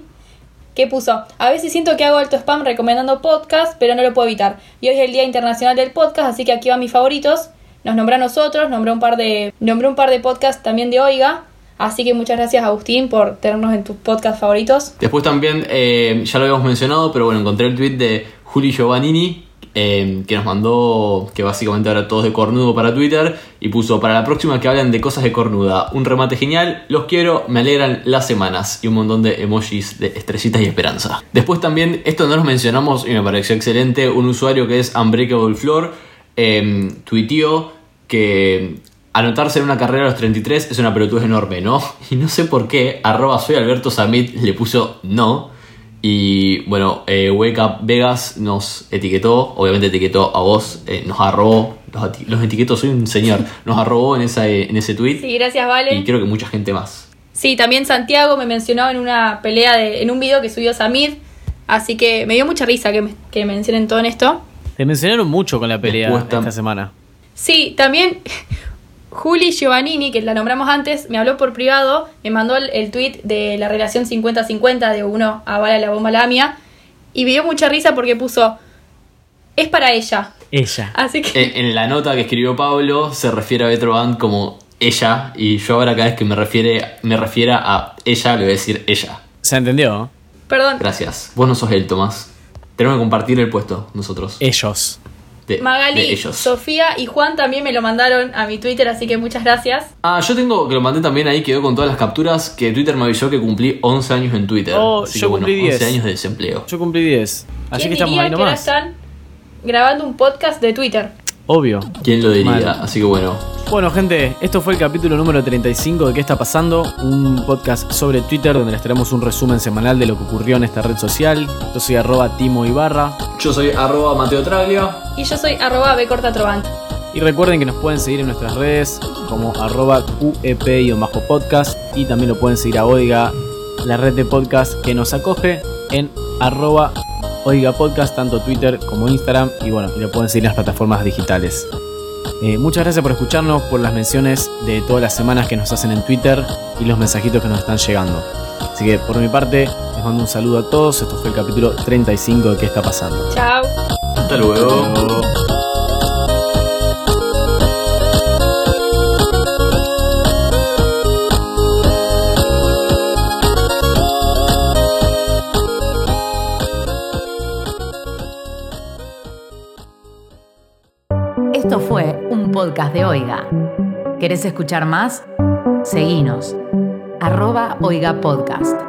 C: que puso, a veces siento que hago alto spam recomendando podcast, pero no lo puedo evitar. Y hoy es el Día Internacional del Podcast, así que aquí van mis favoritos. Nos nombró a nosotros, nombró un par de, nombró un par de podcasts también de Oiga. Así que muchas gracias Agustín por tenernos en tus podcasts favoritos.
D: Después también, eh, ya lo habíamos mencionado, pero bueno, encontré el tweet de Juli Giovannini, eh, que nos mandó, que básicamente ahora todos de cornudo para Twitter, y puso, para la próxima que hablan de cosas de cornuda, un remate genial, los quiero, me alegran las semanas, y un montón de emojis de estrellitas y esperanza. Después también, esto no lo mencionamos y me pareció excelente, un usuario que es Unbreakable Floor, eh, tuiteó que Anotarse en una carrera a los 33 es una pelotudez enorme, ¿no? Y no sé por qué, arroba soy Alberto Samit le puso no. Y bueno, eh, Wake Up Vegas nos etiquetó, obviamente etiquetó a vos, eh, nos arrobó, los, eti- los etiquetó, soy un señor, nos arrobó en, esa, eh, en ese tweet
C: Sí, gracias
D: y
C: Vale.
D: creo que mucha gente más.
C: Sí, también Santiago me mencionó en una pelea, de, en un video que subió Samir. Así que me dio mucha risa que me, que mencionen todo en esto.
B: Te mencionaron mucho con la pelea
D: Después tam-
B: esta semana.
C: Sí, también Juli Giovannini, que la nombramos antes, me habló por privado, me mandó el, el tweet de la relación 50-50 de uno a Bala la bomba la mía, y me dio mucha risa porque puso, es para ella.
B: Ella.
C: Así que
D: Eh, en la nota que escribió Pablo se refiere a Betro Band como ella y yo ahora cada vez que me, refiere, me refiera a ella le voy a decir ella.
B: ¿Se entendió?
C: Perdón,
D: Gracias. Vos no sos él, Tomás. Tenemos que compartir el puesto nosotros.
B: Eh, Ellos.
D: De,
C: Magali,
D: de ellos.
C: Sofía y Juan también me lo mandaron a mi Twitter, así que muchas gracias.
D: Ah, yo tengo, que lo mandé también ahí, quedó con todas las capturas, que Twitter me avisó que cumplí 11 años en Twitter.
B: Oh,
D: así
B: yo
D: que bueno,
B: cumplí 10.
D: 11 años de desempleo.
B: Yo cumplí 10. Así
C: ¿Quién
B: que estamos
C: diría
B: ahí
C: que ahora
B: nomás.
C: están grabando un podcast de Twitter?
B: Obvio.
D: ¿Quién lo diría?
B: Mal.
D: Así que bueno,
B: Bueno, gente, esto fue el capítulo número 35 de ¿Qué está pasando? Un podcast sobre Twitter donde les traemos un resumen semanal de lo que ocurrió en esta red social. Yo soy arroba Timo Ibarra.
D: yo soy arroba Mateo Traglia.
C: Y yo soy arroba bcortatrobant.
B: Y recuerden que nos pueden seguir en nuestras redes como arroba E QEP-podcast y también lo pueden seguir a Oiga, la red de podcast que nos acoge en arroba Oiga Podcast, tanto Twitter como Instagram y bueno, y lo pueden seguir en las plataformas digitales. Eh, muchas gracias por escucharnos, por las menciones de todas las semanas que nos hacen en Twitter y los mensajitos que nos están llegando. Así que por mi parte, les mando un saludo a todos. Esto fue el capítulo 35 de ¿Qué está pasando?
C: Chao.
D: Hasta luego.
B: Hasta luego.
A: Esto fue un podcast de Oiga. ¿Querés escuchar más? Seguinos. Arroba Oiga Podcast.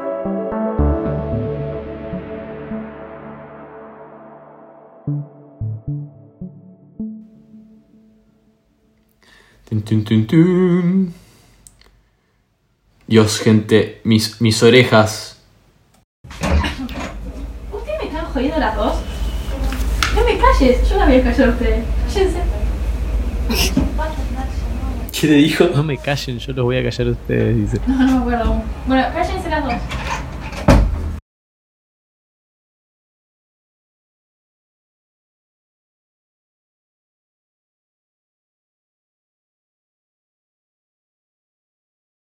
D: Tun, tun, tun, tun. Dios, gente, mis, mis orejas.
C: ¿Ustedes me están jodiendo las dos? No me calles, yo la voy a callar a ustedes. Cállense.
D: ¿Qué te dijo?
B: No me callen, yo los voy a callar a ustedes, dice.
C: No, no me acuerdo aún. Bueno, cállense las dos.